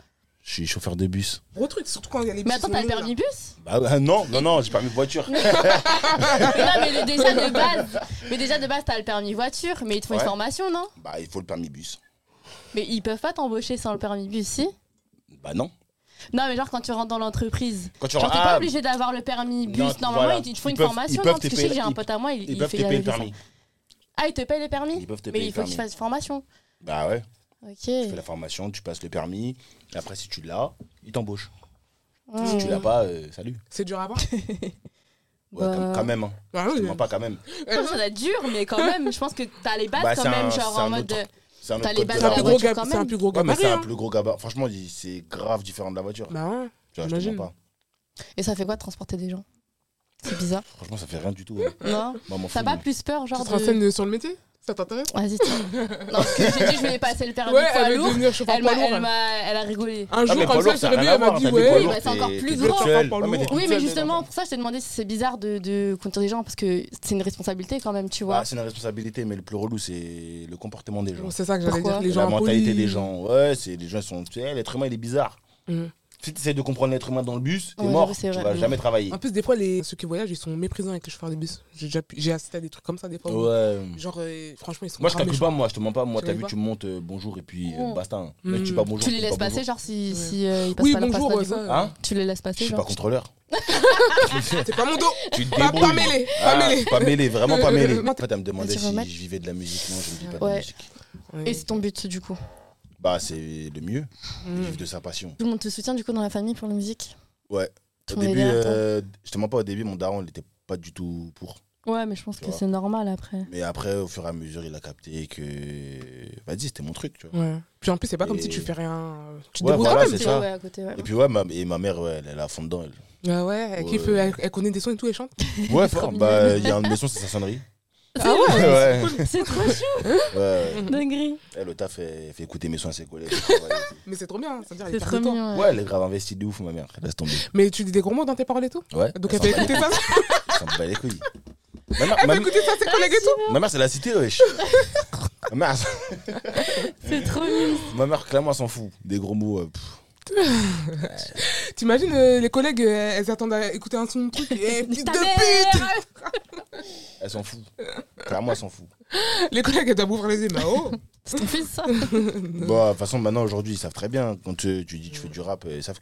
Speaker 3: Je suis chauffeur de bus.
Speaker 1: Gros truc, surtout quand il y a les
Speaker 2: Mais
Speaker 1: petits
Speaker 2: attends, t'as le
Speaker 1: sous-noms, là.
Speaker 2: permis bus
Speaker 3: Bah euh, non, non, non, j'ai pas mis de voiture.
Speaker 2: Mais non, mais le- déjà de base, mais déjà de base, t'as le permis voiture, mais ils te font une
Speaker 3: Ouais.
Speaker 2: formation, non
Speaker 3: bah, il faut le permis bus.
Speaker 2: Mais ils peuvent pas t'embaucher sans le permis bus, si
Speaker 3: Bah non.
Speaker 2: Non, mais genre quand tu rentres dans l'entreprise,
Speaker 3: Quand tu
Speaker 2: genre
Speaker 3: rentres-
Speaker 2: t'es pas
Speaker 3: ah,
Speaker 2: obligé d'avoir le permis bus.
Speaker 3: Non,
Speaker 2: Normalement,
Speaker 3: voilà.
Speaker 2: ils, ils te font
Speaker 3: Ils
Speaker 2: une
Speaker 3: peuvent-
Speaker 2: formation,
Speaker 3: ils peuvent
Speaker 2: non Parce
Speaker 3: te
Speaker 2: que je sais que
Speaker 3: payer-
Speaker 2: j'ai un pote à moi, il,
Speaker 3: ils
Speaker 2: il
Speaker 3: peuvent te
Speaker 2: fait
Speaker 3: payer le
Speaker 2: galérer ça.
Speaker 3: permis.
Speaker 2: Ah, ils te payent le permis
Speaker 3: Ils peuvent te
Speaker 2: Mais
Speaker 3: payer
Speaker 2: il
Speaker 3: le
Speaker 2: faut que tu
Speaker 3: permis.
Speaker 2: fasses une formation.
Speaker 3: Bah ouais,
Speaker 2: Ok.
Speaker 3: tu fais la formation, tu passes le permis. et après, si tu l'as, ils t'embauchent.
Speaker 2: Hmm.
Speaker 3: Si tu l'as pas, euh, salut.
Speaker 1: C'est dur à voir.
Speaker 3: Ouais,
Speaker 2: Bah.
Speaker 3: quand, quand même. Hein.
Speaker 1: Ah
Speaker 3: Je
Speaker 1: oui.
Speaker 3: te mens pas quand même.
Speaker 2: Je pense que ça doit être dur, mais quand même, je pense que t'as les bases
Speaker 3: Bah,
Speaker 2: quand
Speaker 3: c'est
Speaker 2: même,
Speaker 3: un-
Speaker 2: genre
Speaker 3: c'est
Speaker 2: en
Speaker 3: un
Speaker 2: mode.
Speaker 3: autre-
Speaker 2: euh,
Speaker 3: C'est un
Speaker 2: T'as
Speaker 3: autre
Speaker 2: les
Speaker 3: code de
Speaker 2: bases
Speaker 1: C'est
Speaker 3: la
Speaker 1: un
Speaker 2: de la
Speaker 1: plus
Speaker 3: route.
Speaker 1: gros
Speaker 2: voiture
Speaker 1: gap-
Speaker 2: quand
Speaker 1: c'est un
Speaker 2: même.
Speaker 1: plus gros
Speaker 3: Ouais, mais
Speaker 1: gabarit.
Speaker 3: c'est un
Speaker 1: hein.
Speaker 3: plus gros gabarit. Franchement, il- c'est grave différent de la voiture.
Speaker 1: Bah ouais.
Speaker 3: Tu vois, je te
Speaker 1: j'imagine.
Speaker 3: mens pas.
Speaker 2: Et ça fait quoi de transporter des gens C'est bizarre.
Speaker 3: Franchement, ça fait rien du tout. hein.
Speaker 2: Non
Speaker 3: Moi, m'en
Speaker 2: Ça
Speaker 3: fous,
Speaker 2: pas
Speaker 3: moi.
Speaker 2: plus peur,
Speaker 1: Tu
Speaker 2: genre
Speaker 1: te
Speaker 2: de.
Speaker 1: renseignes sur le métier Ça t'intéresse
Speaker 2: Vas-y, tiens. Non, parce que j'ai dit, je voulais passer le permis
Speaker 1: Ouais,
Speaker 2: poids
Speaker 1: elle veut
Speaker 2: lourd. hein.
Speaker 1: devenir chauffeur
Speaker 2: Elle m'a,
Speaker 1: poids lourd.
Speaker 2: elle
Speaker 1: elle.
Speaker 2: m'a- elle a rigolé.
Speaker 1: Un
Speaker 3: Ah,
Speaker 1: jour,
Speaker 3: mais
Speaker 1: comme ça,
Speaker 3: poids lourd,
Speaker 1: elle
Speaker 3: ça
Speaker 1: s'est
Speaker 3: a rien
Speaker 1: réveillée,
Speaker 3: à
Speaker 1: elle m'a
Speaker 3: voir,
Speaker 1: dit
Speaker 3: t'as des poids
Speaker 1: ouais.
Speaker 3: lourds,
Speaker 2: Ouais, c'est encore
Speaker 3: t'es-
Speaker 2: plus
Speaker 3: t'es
Speaker 2: grand.
Speaker 3: virtuel.
Speaker 1: Encore
Speaker 3: Ouais, mais
Speaker 1: lourd.
Speaker 3: t'es
Speaker 2: Oui, mais
Speaker 3: virtuel,
Speaker 2: justement,
Speaker 3: encore.
Speaker 2: pour ça, je t'ai demandé si c'est bizarre de, de conduire des gens, parce que c'est une responsabilité quand même, tu vois.
Speaker 3: Bah, c'est une responsabilité, mais le plus relou, c'est le comportement des gens.
Speaker 1: Bon, C'est ça que j'allais
Speaker 2: Pourquoi
Speaker 1: dire. Les
Speaker 3: Et
Speaker 1: gens
Speaker 3: la mentalité
Speaker 1: impolis.
Speaker 3: des gens. Ouais, c'est les gens sont. Tu sais, l'être humain, il est bizarre.
Speaker 1: Mhm.
Speaker 3: Si tu essaies de comprendre l'être humain dans le bus, t'es
Speaker 2: Ouais,
Speaker 3: mort.
Speaker 2: j'avoue, c'est
Speaker 3: Tu
Speaker 2: vrai.
Speaker 3: vas
Speaker 2: Mhm.
Speaker 3: jamais travailler.
Speaker 1: En plus, des fois, les... ceux qui voyagent, ils sont méprisants avec les chauffeurs de bus. J'ai déjà pu- j'ai assisté à des trucs comme ça, des fois. où-
Speaker 3: Ouais.
Speaker 1: Genre, euh, franchement, ils sont
Speaker 3: Moi, je
Speaker 1: grave
Speaker 3: calcule
Speaker 1: méchants.
Speaker 3: pas, moi, je te mens pas. Moi,
Speaker 1: Tu
Speaker 3: t'as
Speaker 1: veux
Speaker 3: vu,
Speaker 1: pas
Speaker 3: tu montes, euh, bonjour, et puis euh,
Speaker 2: Mhm.
Speaker 3: basta. hein.
Speaker 1: Mhm.
Speaker 3: Là, tu dis pas bonjour.
Speaker 2: tu les
Speaker 3: dis pas
Speaker 2: laisses passer,
Speaker 3: bonjour.
Speaker 2: genre, si,
Speaker 1: Ouais.
Speaker 2: si euh, ils passent
Speaker 1: Oui,
Speaker 2: pas leur passe,
Speaker 1: bonjour,
Speaker 2: pas, du coup.
Speaker 1: ça.
Speaker 3: Hein
Speaker 2: Tu les laisses passer,
Speaker 3: Je suis pas
Speaker 2: genre.
Speaker 3: contrôleur.
Speaker 1: C'est pas mon dos.
Speaker 3: tu te
Speaker 1: Pas,
Speaker 3: débrouilles.
Speaker 1: pas mêlé. Pas
Speaker 3: Ah,
Speaker 1: mêlé.
Speaker 3: pas mêlé, vraiment pas mêlé.
Speaker 1: Non,
Speaker 3: En fait, elle me demandait
Speaker 2: Tu
Speaker 3: si
Speaker 2: remets
Speaker 3: je vivais de la musique. Non, je ne vis pas de
Speaker 2: Ouais.
Speaker 3: la musique.
Speaker 2: Et c'est ton but, du coup.
Speaker 3: Bah, c'est le mieux,
Speaker 1: Mm.
Speaker 3: vivre de sa passion.
Speaker 2: Tout le monde te soutient, du coup, dans la famille pour la musique
Speaker 3: Ouais.
Speaker 2: Tout
Speaker 3: Au
Speaker 2: le monde est
Speaker 3: début,
Speaker 2: derrière toi.
Speaker 3: euh, je te mens pas, au début, mon daron, il était pas du tout pour.
Speaker 2: Ouais, mais je pense
Speaker 3: tu
Speaker 2: que
Speaker 3: vois.
Speaker 2: c'est normal après.
Speaker 3: Mais après, au fur et à mesure, il a capté que. Vas-y, c'était mon truc, tu vois.
Speaker 1: Ouais. Puis en plus, c'est pas comme
Speaker 3: Et-
Speaker 1: si tu fais rien. euh, Tu te
Speaker 3: Ouais,
Speaker 1: débrouilles
Speaker 3: voilà,
Speaker 1: quand même.
Speaker 3: c'est ça.
Speaker 2: Ouais, à côté, ouais.
Speaker 3: Et puis, ouais, ma, et ma mère, ouais, elle, elle a fond dedans. Elle.
Speaker 1: Ah ouais, elle,
Speaker 3: Ouais.
Speaker 1: kiffe, elle, elle connaît des sons et tout, elle chante.
Speaker 3: Ouais,
Speaker 2: Trop
Speaker 3: fort.
Speaker 2: mignon.
Speaker 3: Bah, il y a un de mes sons, c'est sa sonnerie.
Speaker 1: Ah ouais
Speaker 3: ouais. Ah,
Speaker 2: C'est trop chou, Mm.
Speaker 3: ouais.
Speaker 2: dinguerie.
Speaker 3: Elle, le taf, elle fait écouter mes sons à ses collègues. au travail.
Speaker 1: Mais c'est trop bien, ça veut dire elle
Speaker 2: C'est
Speaker 1: est fière
Speaker 2: trop
Speaker 1: de toi.
Speaker 2: mignon.
Speaker 3: Ouais, elle est grave investie de ouf, ma mère. Laisse tomber.
Speaker 1: Mais tu dis des gros mots dans tes paroles et tout
Speaker 3: Ouais.
Speaker 1: Donc
Speaker 3: elle
Speaker 1: elle fait écouter ça
Speaker 3: s'en bat les- elle s'en bat les couilles. Ma mère,
Speaker 1: Elle
Speaker 3: ma,
Speaker 1: fait écouter ça à ses collègues et tout
Speaker 3: ma mère, c'est la cité, wesh. ma, mère,
Speaker 2: C'est trop mignon.
Speaker 3: ma mère, clairement, elle s'en fout. Des gros mots. euh, pff.
Speaker 1: T'imagines euh, les collègues, euh, elles attendent à écouter un son de truc et fils
Speaker 2: Ta
Speaker 1: de
Speaker 2: mère
Speaker 3: elle s'en fout. Clairement, elle s'en fout.
Speaker 1: pute Les collègues, elles doivent ouvrir les yeux. Mais oh
Speaker 2: C'est ton fils, ça
Speaker 3: Bah, de toute façon, maintenant, aujourd'hui, ils savent très bien. Quand euh, tu dis que tu fais du rap, euh, ils savent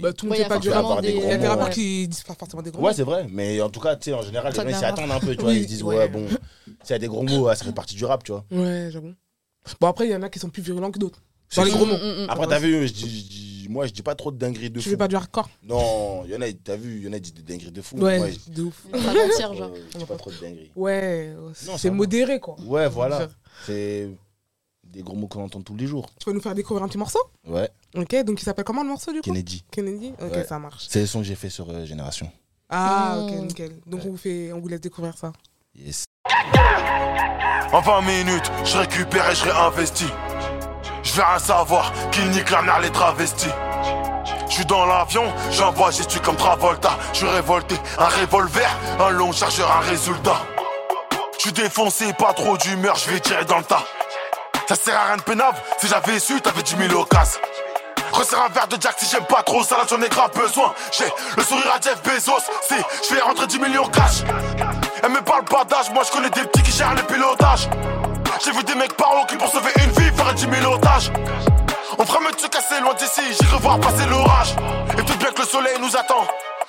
Speaker 1: Bah, tout le
Speaker 2: Ouais,
Speaker 1: monde
Speaker 2: y
Speaker 1: fait
Speaker 2: a
Speaker 1: pas du rap.
Speaker 2: forcément
Speaker 3: des
Speaker 1: Il y a des
Speaker 3: gros mots,
Speaker 1: rappeurs
Speaker 2: ouais.
Speaker 1: qui disent pas forcément des gros mots.
Speaker 3: Ouais, c'est vrai. Mais en tout cas, tu sais, en général, les
Speaker 2: Ça
Speaker 3: gens, ils s'y
Speaker 2: devient rap.
Speaker 3: attendent un peu. Tu vois,
Speaker 1: Oui,
Speaker 3: ils se disent,
Speaker 1: ouais.
Speaker 3: ouais, bon, s'il y a des gros mots, ça fait partie du rap, tu vois.
Speaker 1: Ouais, j'avoue. Bon, après, il y en a qui sont plus virulents que d'autres. Dans les gros mots.
Speaker 2: Mm, mm, mm.
Speaker 3: Après, t'as vu, je dis- je dis- moi, je dis pas trop de dingueries de
Speaker 1: Tu
Speaker 3: fou.
Speaker 1: fais pas du hardcore
Speaker 3: Non, il y en a, t'as vu, il y en a qui disent des dingueries de fou. Moi,
Speaker 1: Ouais,
Speaker 3: je dis
Speaker 1: de ouf.
Speaker 2: Faut pas mentir, genre.
Speaker 3: euh, je dis pas trop de dingueries.
Speaker 1: Ouais, c'est
Speaker 3: ça va.
Speaker 1: modéré quoi.
Speaker 3: Ouais, voilà. C'est des gros mots qu'on entend tous les jours.
Speaker 1: Tu vas nous faire découvrir un petit morceau
Speaker 3: Ouais,
Speaker 1: Ok, donc il s'appelle comment le morceau du coup
Speaker 3: Kennedy.
Speaker 1: Kennedy Ok,
Speaker 3: Ouais.
Speaker 1: ça marche.
Speaker 3: C'est le son que j'ai fait sur euh, Génération.
Speaker 1: Ah,
Speaker 2: Mm.
Speaker 1: ok, nickel. Donc on, vous fait, on vous laisse découvrir ça.
Speaker 3: Yes.
Speaker 4: En 20 minutes, je récupère et je réinvestis. Je vais rien savoir qu'il nique la mère les travestis. Je suis dans l'avion, j'envoie, j'y suis comme Travolta. Je suis révolté, un revolver, un long chargeur, un résultat. Je suis défoncé, pas trop d'humeur, je vais tirer dans le tas. Ça sert à rien de pénave, si j'avais su, t'avais 10 000 occasions. Resserre un verre de Jack si j'aime pas trop ça, là j'en ai grave besoin. J'ai le sourire à Jeff Bezos, si je fais rentrer 10 millions cash. Elle me parle pas d'âge, moi je connais des petits qui gèrent les pilotages. J'ai vu des mecs par an qui pour sauver une vie feraient 10 000 otages. On fera mieux de se casser loin d'ici, j'ai cru voir passer l'orage. Et tout bien que le soleil nous attend,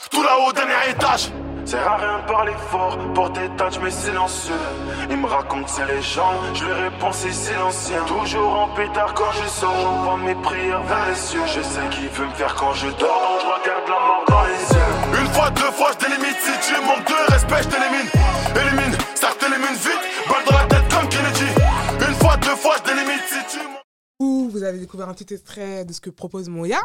Speaker 4: tout là-haut, dernier étage.
Speaker 5: Sert à rien de parler fort, porter tâche mais silencieux. Il me raconte ses légendes, je lui réponds c'est silencieux. Toujours en pétard quand je sors, j'envoie mes prières vers les cieux. Je sais qu'il veut me faire quand je dors, donc je regarde la mort dans les yeux.
Speaker 4: Une fois, deux fois, je délimite. Si tu manques de respect, je t'élimine. Élimine, ça je t'élimine vite. Balle dans la tête comme Kennedy. Une fois, deux fois, je délimite. Si tu manques.
Speaker 1: Ouh, vous avez découvert un petit extrait de ce que propose Moya.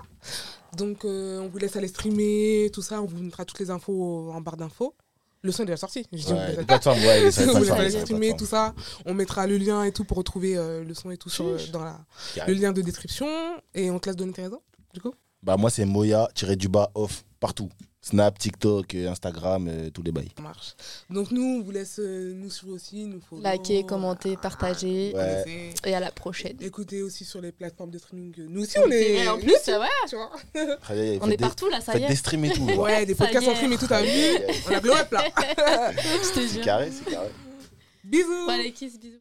Speaker 1: Donc, euh, on vous laisse aller streamer, tout ça. On vous mettra toutes les infos en barre d'infos. Le son est déjà sorti. Je dis, on vous laisse
Speaker 3: Ouais,
Speaker 1: aller-
Speaker 3: les plateformes,
Speaker 1: on
Speaker 3: ouais, les
Speaker 1: vous laisse
Speaker 3: plateformes,
Speaker 1: aller
Speaker 3: les
Speaker 1: streamer,
Speaker 3: plateformes.
Speaker 1: tout ça. On mettra le lien et tout pour retrouver euh, le son et tout sur, euh, dans la, le
Speaker 3: Carré.
Speaker 1: lien de description. Et on te laisse donner tes réseaux, du coup
Speaker 3: Bah, moi, c'est Moya, tiré du bas, off, partout. Snap, TikTok, euh, Instagram, euh, tous les bails.
Speaker 1: Ça marche. Donc, nous, on vous laisse euh, nous suivre aussi. Nous follow.
Speaker 2: Likez, commentez, partagez.
Speaker 3: Ouais.
Speaker 1: Connaissez.
Speaker 2: Et à la prochaine.
Speaker 1: Écoutez aussi sur les plateformes de streaming. Nous aussi, on est.
Speaker 2: Et en
Speaker 1: nous
Speaker 2: plus,
Speaker 1: aussi,
Speaker 2: ouais,
Speaker 1: tu vois.
Speaker 3: Aïe, aïe, aïe,
Speaker 2: on
Speaker 3: faites
Speaker 2: est
Speaker 3: des-
Speaker 2: partout là, ça y
Speaker 3: Faites des
Speaker 2: est.
Speaker 3: streams et tout. genre.
Speaker 1: Ouais, des
Speaker 2: Ça
Speaker 1: podcasts
Speaker 2: y est.
Speaker 1: en stream et tout, t'as
Speaker 3: Aïe,
Speaker 1: vu
Speaker 3: aïe, aïe.
Speaker 1: On a blow up là.
Speaker 2: Je te
Speaker 3: C'est
Speaker 2: jure.
Speaker 3: carré, c'est carré.
Speaker 1: Bisous.
Speaker 2: Bon, allez, kiss, bisous.